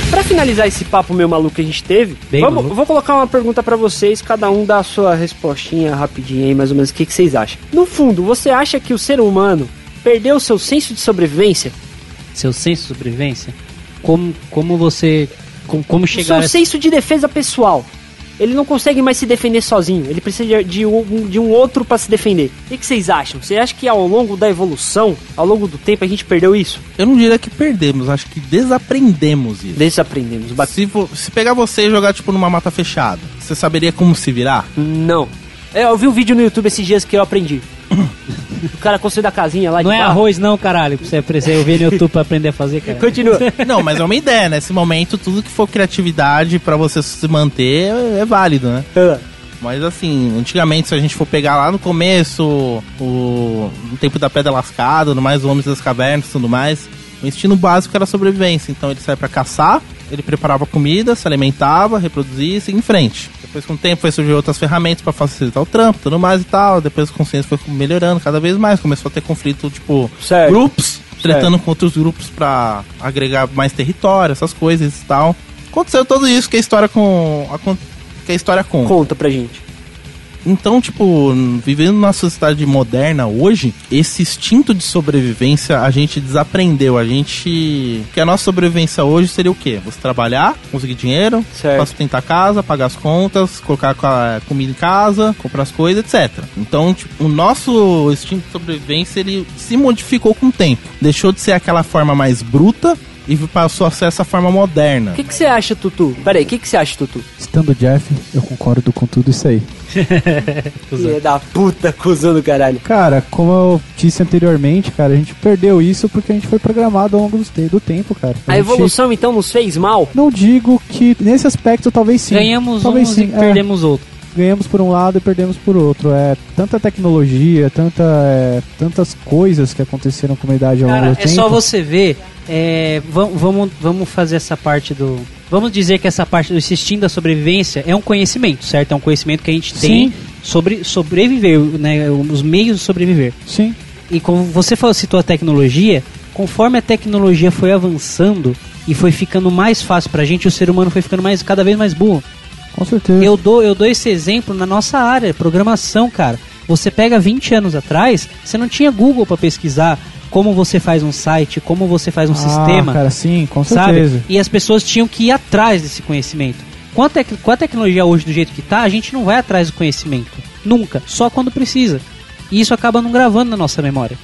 [SPEAKER 2] Pra finalizar esse papo meu maluco que a gente teve,
[SPEAKER 3] Bem
[SPEAKER 2] vamos,
[SPEAKER 3] maluco.
[SPEAKER 2] vou colocar uma pergunta pra vocês, cada um dá a sua respostinha rapidinho aí, mais ou menos o que, que vocês acham. No fundo, você acha que o ser humano perdeu o seu senso de sobrevivência?
[SPEAKER 3] Seu senso de sobrevivência? Como, como você. Como, como
[SPEAKER 2] O
[SPEAKER 3] chegar
[SPEAKER 2] seu
[SPEAKER 3] a essa...
[SPEAKER 2] senso de defesa pessoal? Ele não consegue mais se defender sozinho, ele precisa de, de um, de um outro pra se defender. O que, que vocês acham? Você acha que ao longo da evolução, ao longo do tempo, a gente perdeu isso?
[SPEAKER 1] Eu não diria que perdemos, acho que desaprendemos isso.
[SPEAKER 2] Desaprendemos. Bat...
[SPEAKER 1] Se, vo- se pegar você e jogar, tipo, numa mata fechada, você saberia como se virar?
[SPEAKER 2] Não. É, Eu vi um vídeo no YouTube esses dias que eu aprendi. o cara construiu da casinha lá de
[SPEAKER 3] Não é
[SPEAKER 2] barro.
[SPEAKER 3] arroz, não, caralho. Pra você aprender, eu vi no YouTube pra aprender a fazer, cara.
[SPEAKER 2] Continua.
[SPEAKER 1] Não, mas é uma ideia, nesse momento tudo que for criatividade pra você se manter é é válido, né?
[SPEAKER 2] Ah.
[SPEAKER 1] Mas assim, antigamente se a gente for pegar lá no começo, o no tempo da pedra lascada, no mais homens das cavernas, e tudo mais, o instinto básico era a sobrevivência. Então ele saía pra caçar, ele preparava comida, se alimentava, reproduzia e seguia em frente. Depois com o tempo foi surgir outras ferramentas pra facilitar o trampo, tudo mais e tal. Depois a consciência foi melhorando cada vez mais, começou a ter conflito tipo
[SPEAKER 2] Certo.
[SPEAKER 1] grupos, tretando com outros grupos pra agregar mais território, essas coisas e tal. Aconteceu tudo isso que a história com. a con- que a história conta.
[SPEAKER 2] Conta pra gente.
[SPEAKER 1] Então, tipo, vivendo numa sociedade moderna hoje, esse instinto de sobrevivência a gente desaprendeu. A gente. Que a nossa sobrevivência hoje seria o quê? Você trabalhar, conseguir dinheiro,
[SPEAKER 2] Certo.
[SPEAKER 1] pra sustentar a casa, pagar as contas, colocar co- a comida em casa, comprar as coisas, etc. Então, tipo, o nosso instinto de sobrevivência ele se modificou com o tempo. Deixou de ser aquela forma mais bruta e passou a ser essa forma moderna.
[SPEAKER 2] O que, que você acha, Tutu? Pera aí, o que, que você acha, Tutu?
[SPEAKER 4] Estando Jeff, eu concordo com tudo isso aí.
[SPEAKER 2] Filha da puta, cuzão do caralho.
[SPEAKER 4] Cara, como eu disse anteriormente, cara, a gente perdeu isso porque a gente foi programado ao longo do, te- do tempo, cara.
[SPEAKER 2] A
[SPEAKER 4] gente-
[SPEAKER 2] evolução, então, nos fez mal?
[SPEAKER 4] Não digo que nesse aspecto talvez sim.
[SPEAKER 3] Ganhamos
[SPEAKER 4] talvez
[SPEAKER 3] uns
[SPEAKER 4] sim,
[SPEAKER 3] e
[SPEAKER 4] é.
[SPEAKER 3] perdemos outros.
[SPEAKER 4] ganhamos por um lado e perdemos por outro. É tanta tecnologia, tanta, é, tantas coisas que aconteceram com a idade ao longo
[SPEAKER 3] Cara,
[SPEAKER 4] do
[SPEAKER 3] é
[SPEAKER 4] tempo.
[SPEAKER 3] só você ver. é, vam- vamos, vamos fazer essa parte do. Vamos dizer que essa parte do instinto da sobrevivência é um conhecimento, certo? É um conhecimento que a gente tem
[SPEAKER 4] Sim.
[SPEAKER 3] sobre sobreviver, né, os meios de sobreviver.
[SPEAKER 4] Sim.
[SPEAKER 3] E como você falou, citou a tecnologia, conforme a tecnologia foi avançando e foi ficando mais fácil pra gente, o ser humano foi ficando mais cada vez mais burro.
[SPEAKER 4] Com certeza.
[SPEAKER 3] Eu dou, eu dou esse exemplo na nossa área, programação, cara. Você pega 20 anos atrás, você não tinha Google pra pesquisar como você faz um site, como você faz um sistema,
[SPEAKER 4] Ah, cara, sim, com
[SPEAKER 3] sabe?
[SPEAKER 4] certeza.
[SPEAKER 3] E as pessoas tinham que ir atrás desse conhecimento. Com a, tec- com a tecnologia hoje do jeito que tá, a gente não vai atrás do conhecimento. Nunca, só quando precisa. E isso acaba não gravando na nossa memória,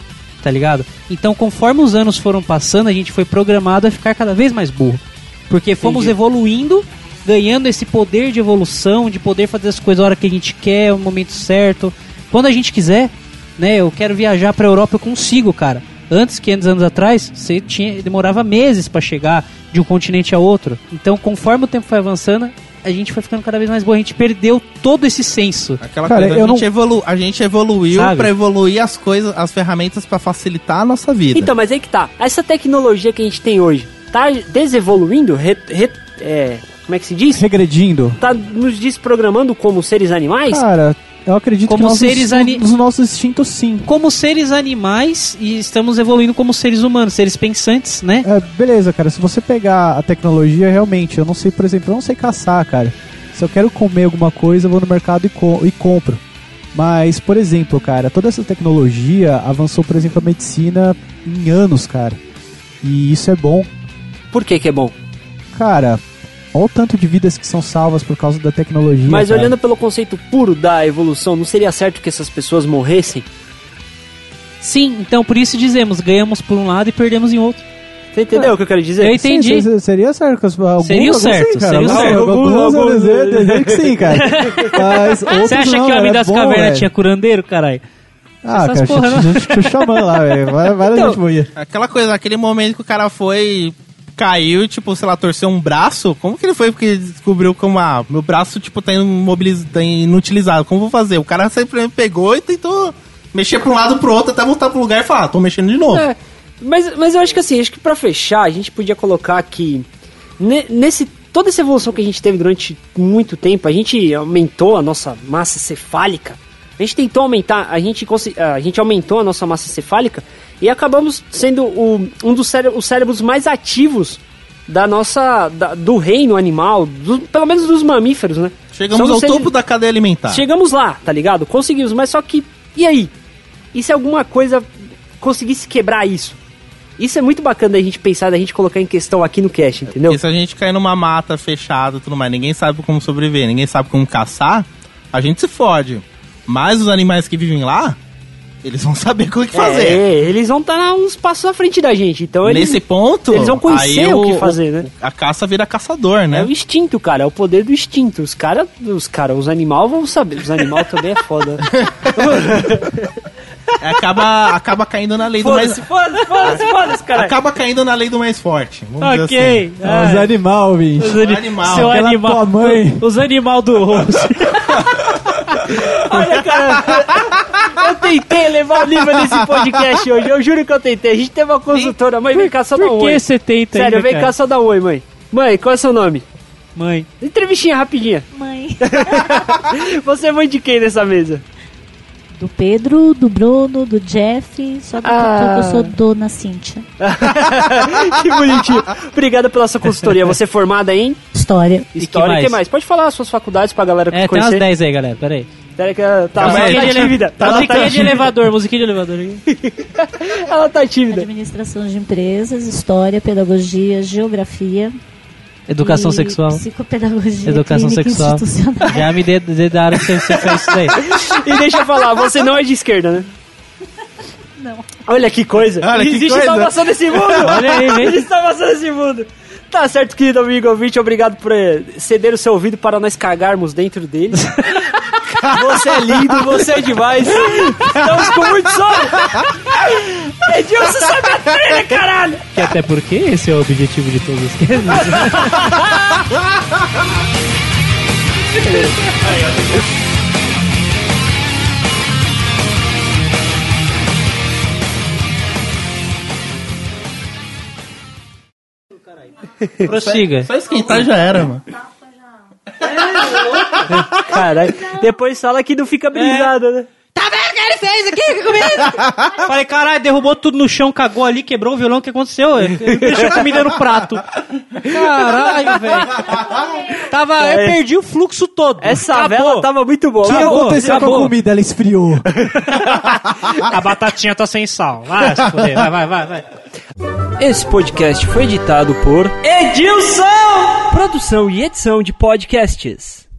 [SPEAKER 3] tá ligado? Então, conforme os anos foram passando, a gente foi programado a ficar cada vez mais burro. Porque fomos evoluindo, ganhando esse poder de evolução, de poder fazer as coisas a hora que a gente quer, no momento certo, quando a gente quiser, né? Eu quero viajar pra Europa, eu consigo, cara. Antes, 500 anos atrás, você tinha, demorava meses pra chegar de um continente a outro. Então, conforme o tempo foi avançando, a gente foi ficando cada vez mais burro. A gente perdeu todo esse senso.
[SPEAKER 1] Aquela
[SPEAKER 4] Cara,
[SPEAKER 1] coisa, a
[SPEAKER 4] eu
[SPEAKER 1] gente,
[SPEAKER 4] não-
[SPEAKER 1] evolu- a gente evoluiu
[SPEAKER 3] Sabe?
[SPEAKER 1] pra evoluir as coisas, as ferramentas pra facilitar a nossa vida.
[SPEAKER 2] Então, mas aí que tá. Essa tecnologia que a gente tem hoje tá desevoluindo? Re, re- é, como é que se diz?
[SPEAKER 4] Regredindo.
[SPEAKER 2] Tá nos desprogramando como seres animais?
[SPEAKER 4] Cara, eu acredito
[SPEAKER 3] É Como
[SPEAKER 4] que nossos-
[SPEAKER 3] seres ani-
[SPEAKER 4] os nossos instintos sim.
[SPEAKER 3] Como seres animais, e estamos evoluindo como seres humanos, seres pensantes, né?
[SPEAKER 4] É, beleza, cara. Se você pegar a tecnologia, realmente, eu não sei, por exemplo, eu não sei caçar, cara. Se eu quero comer alguma coisa, eu vou no mercado e, co- e compro. Mas, por exemplo, cara, toda essa tecnologia avançou, por exemplo, a medicina em anos, cara. E isso é bom.
[SPEAKER 2] Por que que é bom?
[SPEAKER 4] Cara, olha o tanto de vidas que são salvas por causa da tecnologia.
[SPEAKER 2] Mas
[SPEAKER 4] cara.
[SPEAKER 2] olhando pelo conceito puro da evolução, não seria certo que essas pessoas morressem?
[SPEAKER 3] Sim, então por isso dizemos, ganhamos por um lado e perdemos em outro.
[SPEAKER 2] Você entendeu o que eu quero dizer?
[SPEAKER 3] Eu entendi.
[SPEAKER 4] Sim, se- seria certo. que as- algumas-
[SPEAKER 3] Seria o
[SPEAKER 4] algumas sim,
[SPEAKER 3] certo,
[SPEAKER 4] cara.
[SPEAKER 3] seria o
[SPEAKER 4] Não,
[SPEAKER 3] certo.
[SPEAKER 4] Algumas
[SPEAKER 2] Alguns-
[SPEAKER 4] eu
[SPEAKER 2] alguns-
[SPEAKER 4] desejo, desejo que sim, cara. Mas é
[SPEAKER 3] Você acha que o Homem das Cavernas tinha curandeiro, caralho?
[SPEAKER 4] Ah,
[SPEAKER 3] essas
[SPEAKER 4] cara,
[SPEAKER 3] porra,
[SPEAKER 4] tinha gente que chamando lá, velho. Vai- Vai
[SPEAKER 3] Então-
[SPEAKER 4] gente morria.
[SPEAKER 1] Aquela coisa, aquele momento que o cara foi, caiu, tipo, sei lá, torceu um braço. Como que ele foi porque ele descobriu como, ah, meu braço, tipo, tá, imobiliz... tá inutilizado. Como eu vou fazer? O cara sempre pegou e tentou mexer pra um lado pro outro até voltar pro lugar e falar, ah, tô mexendo de novo.
[SPEAKER 2] É, mas, mas eu acho que assim, acho que pra fechar, a gente podia colocar que ne- nesse toda essa evolução que a gente teve durante muito tempo, a gente aumentou a nossa massa cefálica. A gente tentou aumentar, a gente, consi- a gente aumentou a nossa massa cefálica e acabamos sendo o- um dos cére- os cérebros mais ativos da nossa da- do reino animal, do- pelo menos dos mamíferos, né?
[SPEAKER 1] Chegamos
[SPEAKER 2] Somos
[SPEAKER 1] ao
[SPEAKER 2] seres-
[SPEAKER 1] topo da cadeia alimentar.
[SPEAKER 2] Chegamos lá, tá ligado? Conseguimos, mas só que. E aí? E se alguma coisa conseguisse quebrar isso? Isso é muito bacana da gente pensar, da gente colocar em questão aqui no cast, entendeu?
[SPEAKER 1] Porque se a gente cair numa mata fechada e tudo mais, ninguém sabe como sobreviver, ninguém sabe como caçar, a gente se fode. Mas os animais que vivem lá, eles vão saber como que fazer.
[SPEAKER 2] É, eles vão estar uns passos à frente da gente, então eles,
[SPEAKER 1] Nesse ponto,
[SPEAKER 2] eles vão conhecer
[SPEAKER 1] aí
[SPEAKER 2] o que fazer, né?
[SPEAKER 1] A caça vira caçador,
[SPEAKER 2] É
[SPEAKER 1] né?
[SPEAKER 2] o instinto, cara, é o poder do instinto. Os caras, os cara, os animais vão saber. Os animais também é foda.
[SPEAKER 1] Acaba, acaba caindo na lei do mais...
[SPEAKER 2] Foda-se, foda-se, foda-se, foda-se, cara.
[SPEAKER 1] Acaba caindo na lei do mais forte. Vamos dizer assim.
[SPEAKER 3] Ok.
[SPEAKER 4] Ah, os
[SPEAKER 3] Ah,
[SPEAKER 4] animal, bicho.
[SPEAKER 3] os ani-
[SPEAKER 1] Animal.
[SPEAKER 3] Seu
[SPEAKER 4] Aquela
[SPEAKER 3] animal.
[SPEAKER 4] tua mãe.
[SPEAKER 3] Os animal do
[SPEAKER 2] Olha, cara, eu tentei levar o nível desse podcast hoje. Eu juro que eu tentei. A gente teve uma consultora. Mãe, vem cá só dar um
[SPEAKER 3] Por
[SPEAKER 2] oi.
[SPEAKER 3] que 70
[SPEAKER 2] Sério,
[SPEAKER 3] ainda,
[SPEAKER 2] vem cá
[SPEAKER 3] cara?
[SPEAKER 2] só dar um oi, mãe. Mãe, qual é seu nome?
[SPEAKER 3] Mãe.
[SPEAKER 2] Entrevistinha rapidinha.
[SPEAKER 5] Mãe.
[SPEAKER 2] Você é mãe de quem nessa mesa?
[SPEAKER 5] Do Pedro, do Bruno, do Jeff, só do
[SPEAKER 2] Ah.
[SPEAKER 5] Catu que eu sou dona Cíntia.
[SPEAKER 2] que bonitinho. Obrigado pela sua consultoria. Você é formada em
[SPEAKER 5] História.
[SPEAKER 2] História e o que,
[SPEAKER 3] mais?
[SPEAKER 2] mais? Pode falar as suas faculdades pra galera
[SPEAKER 3] É, tem umas
[SPEAKER 2] conhecer.
[SPEAKER 3] 10 aí, galera. Pera aí.
[SPEAKER 2] Pera que ela tá,
[SPEAKER 1] Calma
[SPEAKER 2] ela
[SPEAKER 1] aí.
[SPEAKER 2] tá tímida. Ela tá
[SPEAKER 3] musiquinha de
[SPEAKER 2] tímida.
[SPEAKER 3] elevador, musiquinha de elevador. aí.
[SPEAKER 2] Ela tá tímida.
[SPEAKER 5] Administração de empresas, história, pedagogia, geografia.
[SPEAKER 3] Educação
[SPEAKER 5] e
[SPEAKER 3] sexual.
[SPEAKER 5] Psicopedagogia.
[SPEAKER 3] Educação
[SPEAKER 5] clínica
[SPEAKER 3] sexual. É
[SPEAKER 5] institucional.
[SPEAKER 3] Já me dê- dê da área que você fez isso daí.
[SPEAKER 2] E deixa eu falar, você não é de esquerda, né?
[SPEAKER 5] Não.
[SPEAKER 2] Olha que coisa.
[SPEAKER 1] Olha que
[SPEAKER 2] Existe
[SPEAKER 1] coisa.
[SPEAKER 2] salvação nesse mundo.
[SPEAKER 3] Olha aí, vem.
[SPEAKER 2] Existe salvação nesse mundo. Tá certo, querido amigo ouvinte. Obrigado por eh, ceder o seu ouvido para nós cagarmos dentro dele. Você é lindo, você é demais. Estamos com muito sono. Edilson, sobe a trilha, caralho.
[SPEAKER 3] Que até porque esse é o objetivo de todos os que Prossiga.
[SPEAKER 1] Só esquentar já era, mano.
[SPEAKER 2] Caralho. Depois fala que não fica brisada, né?
[SPEAKER 3] Tá vendo o que ele fez aqui comigo? Falei, caralho, derrubou tudo no chão, cagou ali, quebrou o violão, o que aconteceu? Ele Deixou comida no prato. Caralho, velho. Tava, eu perdi o fluxo todo.
[SPEAKER 2] Essa
[SPEAKER 3] É. Acabou.
[SPEAKER 2] vela tá- tava muito boa.
[SPEAKER 4] O que
[SPEAKER 2] Acabou.
[SPEAKER 4] aconteceu com a
[SPEAKER 2] Acabou.
[SPEAKER 4] comida? Ela esfriou.
[SPEAKER 3] A batatinha tá sem sal. Vai, se fuder, vai, vai, vai, vai.
[SPEAKER 2] Esse podcast foi editado por Edilson! Produção e edição de podcasts.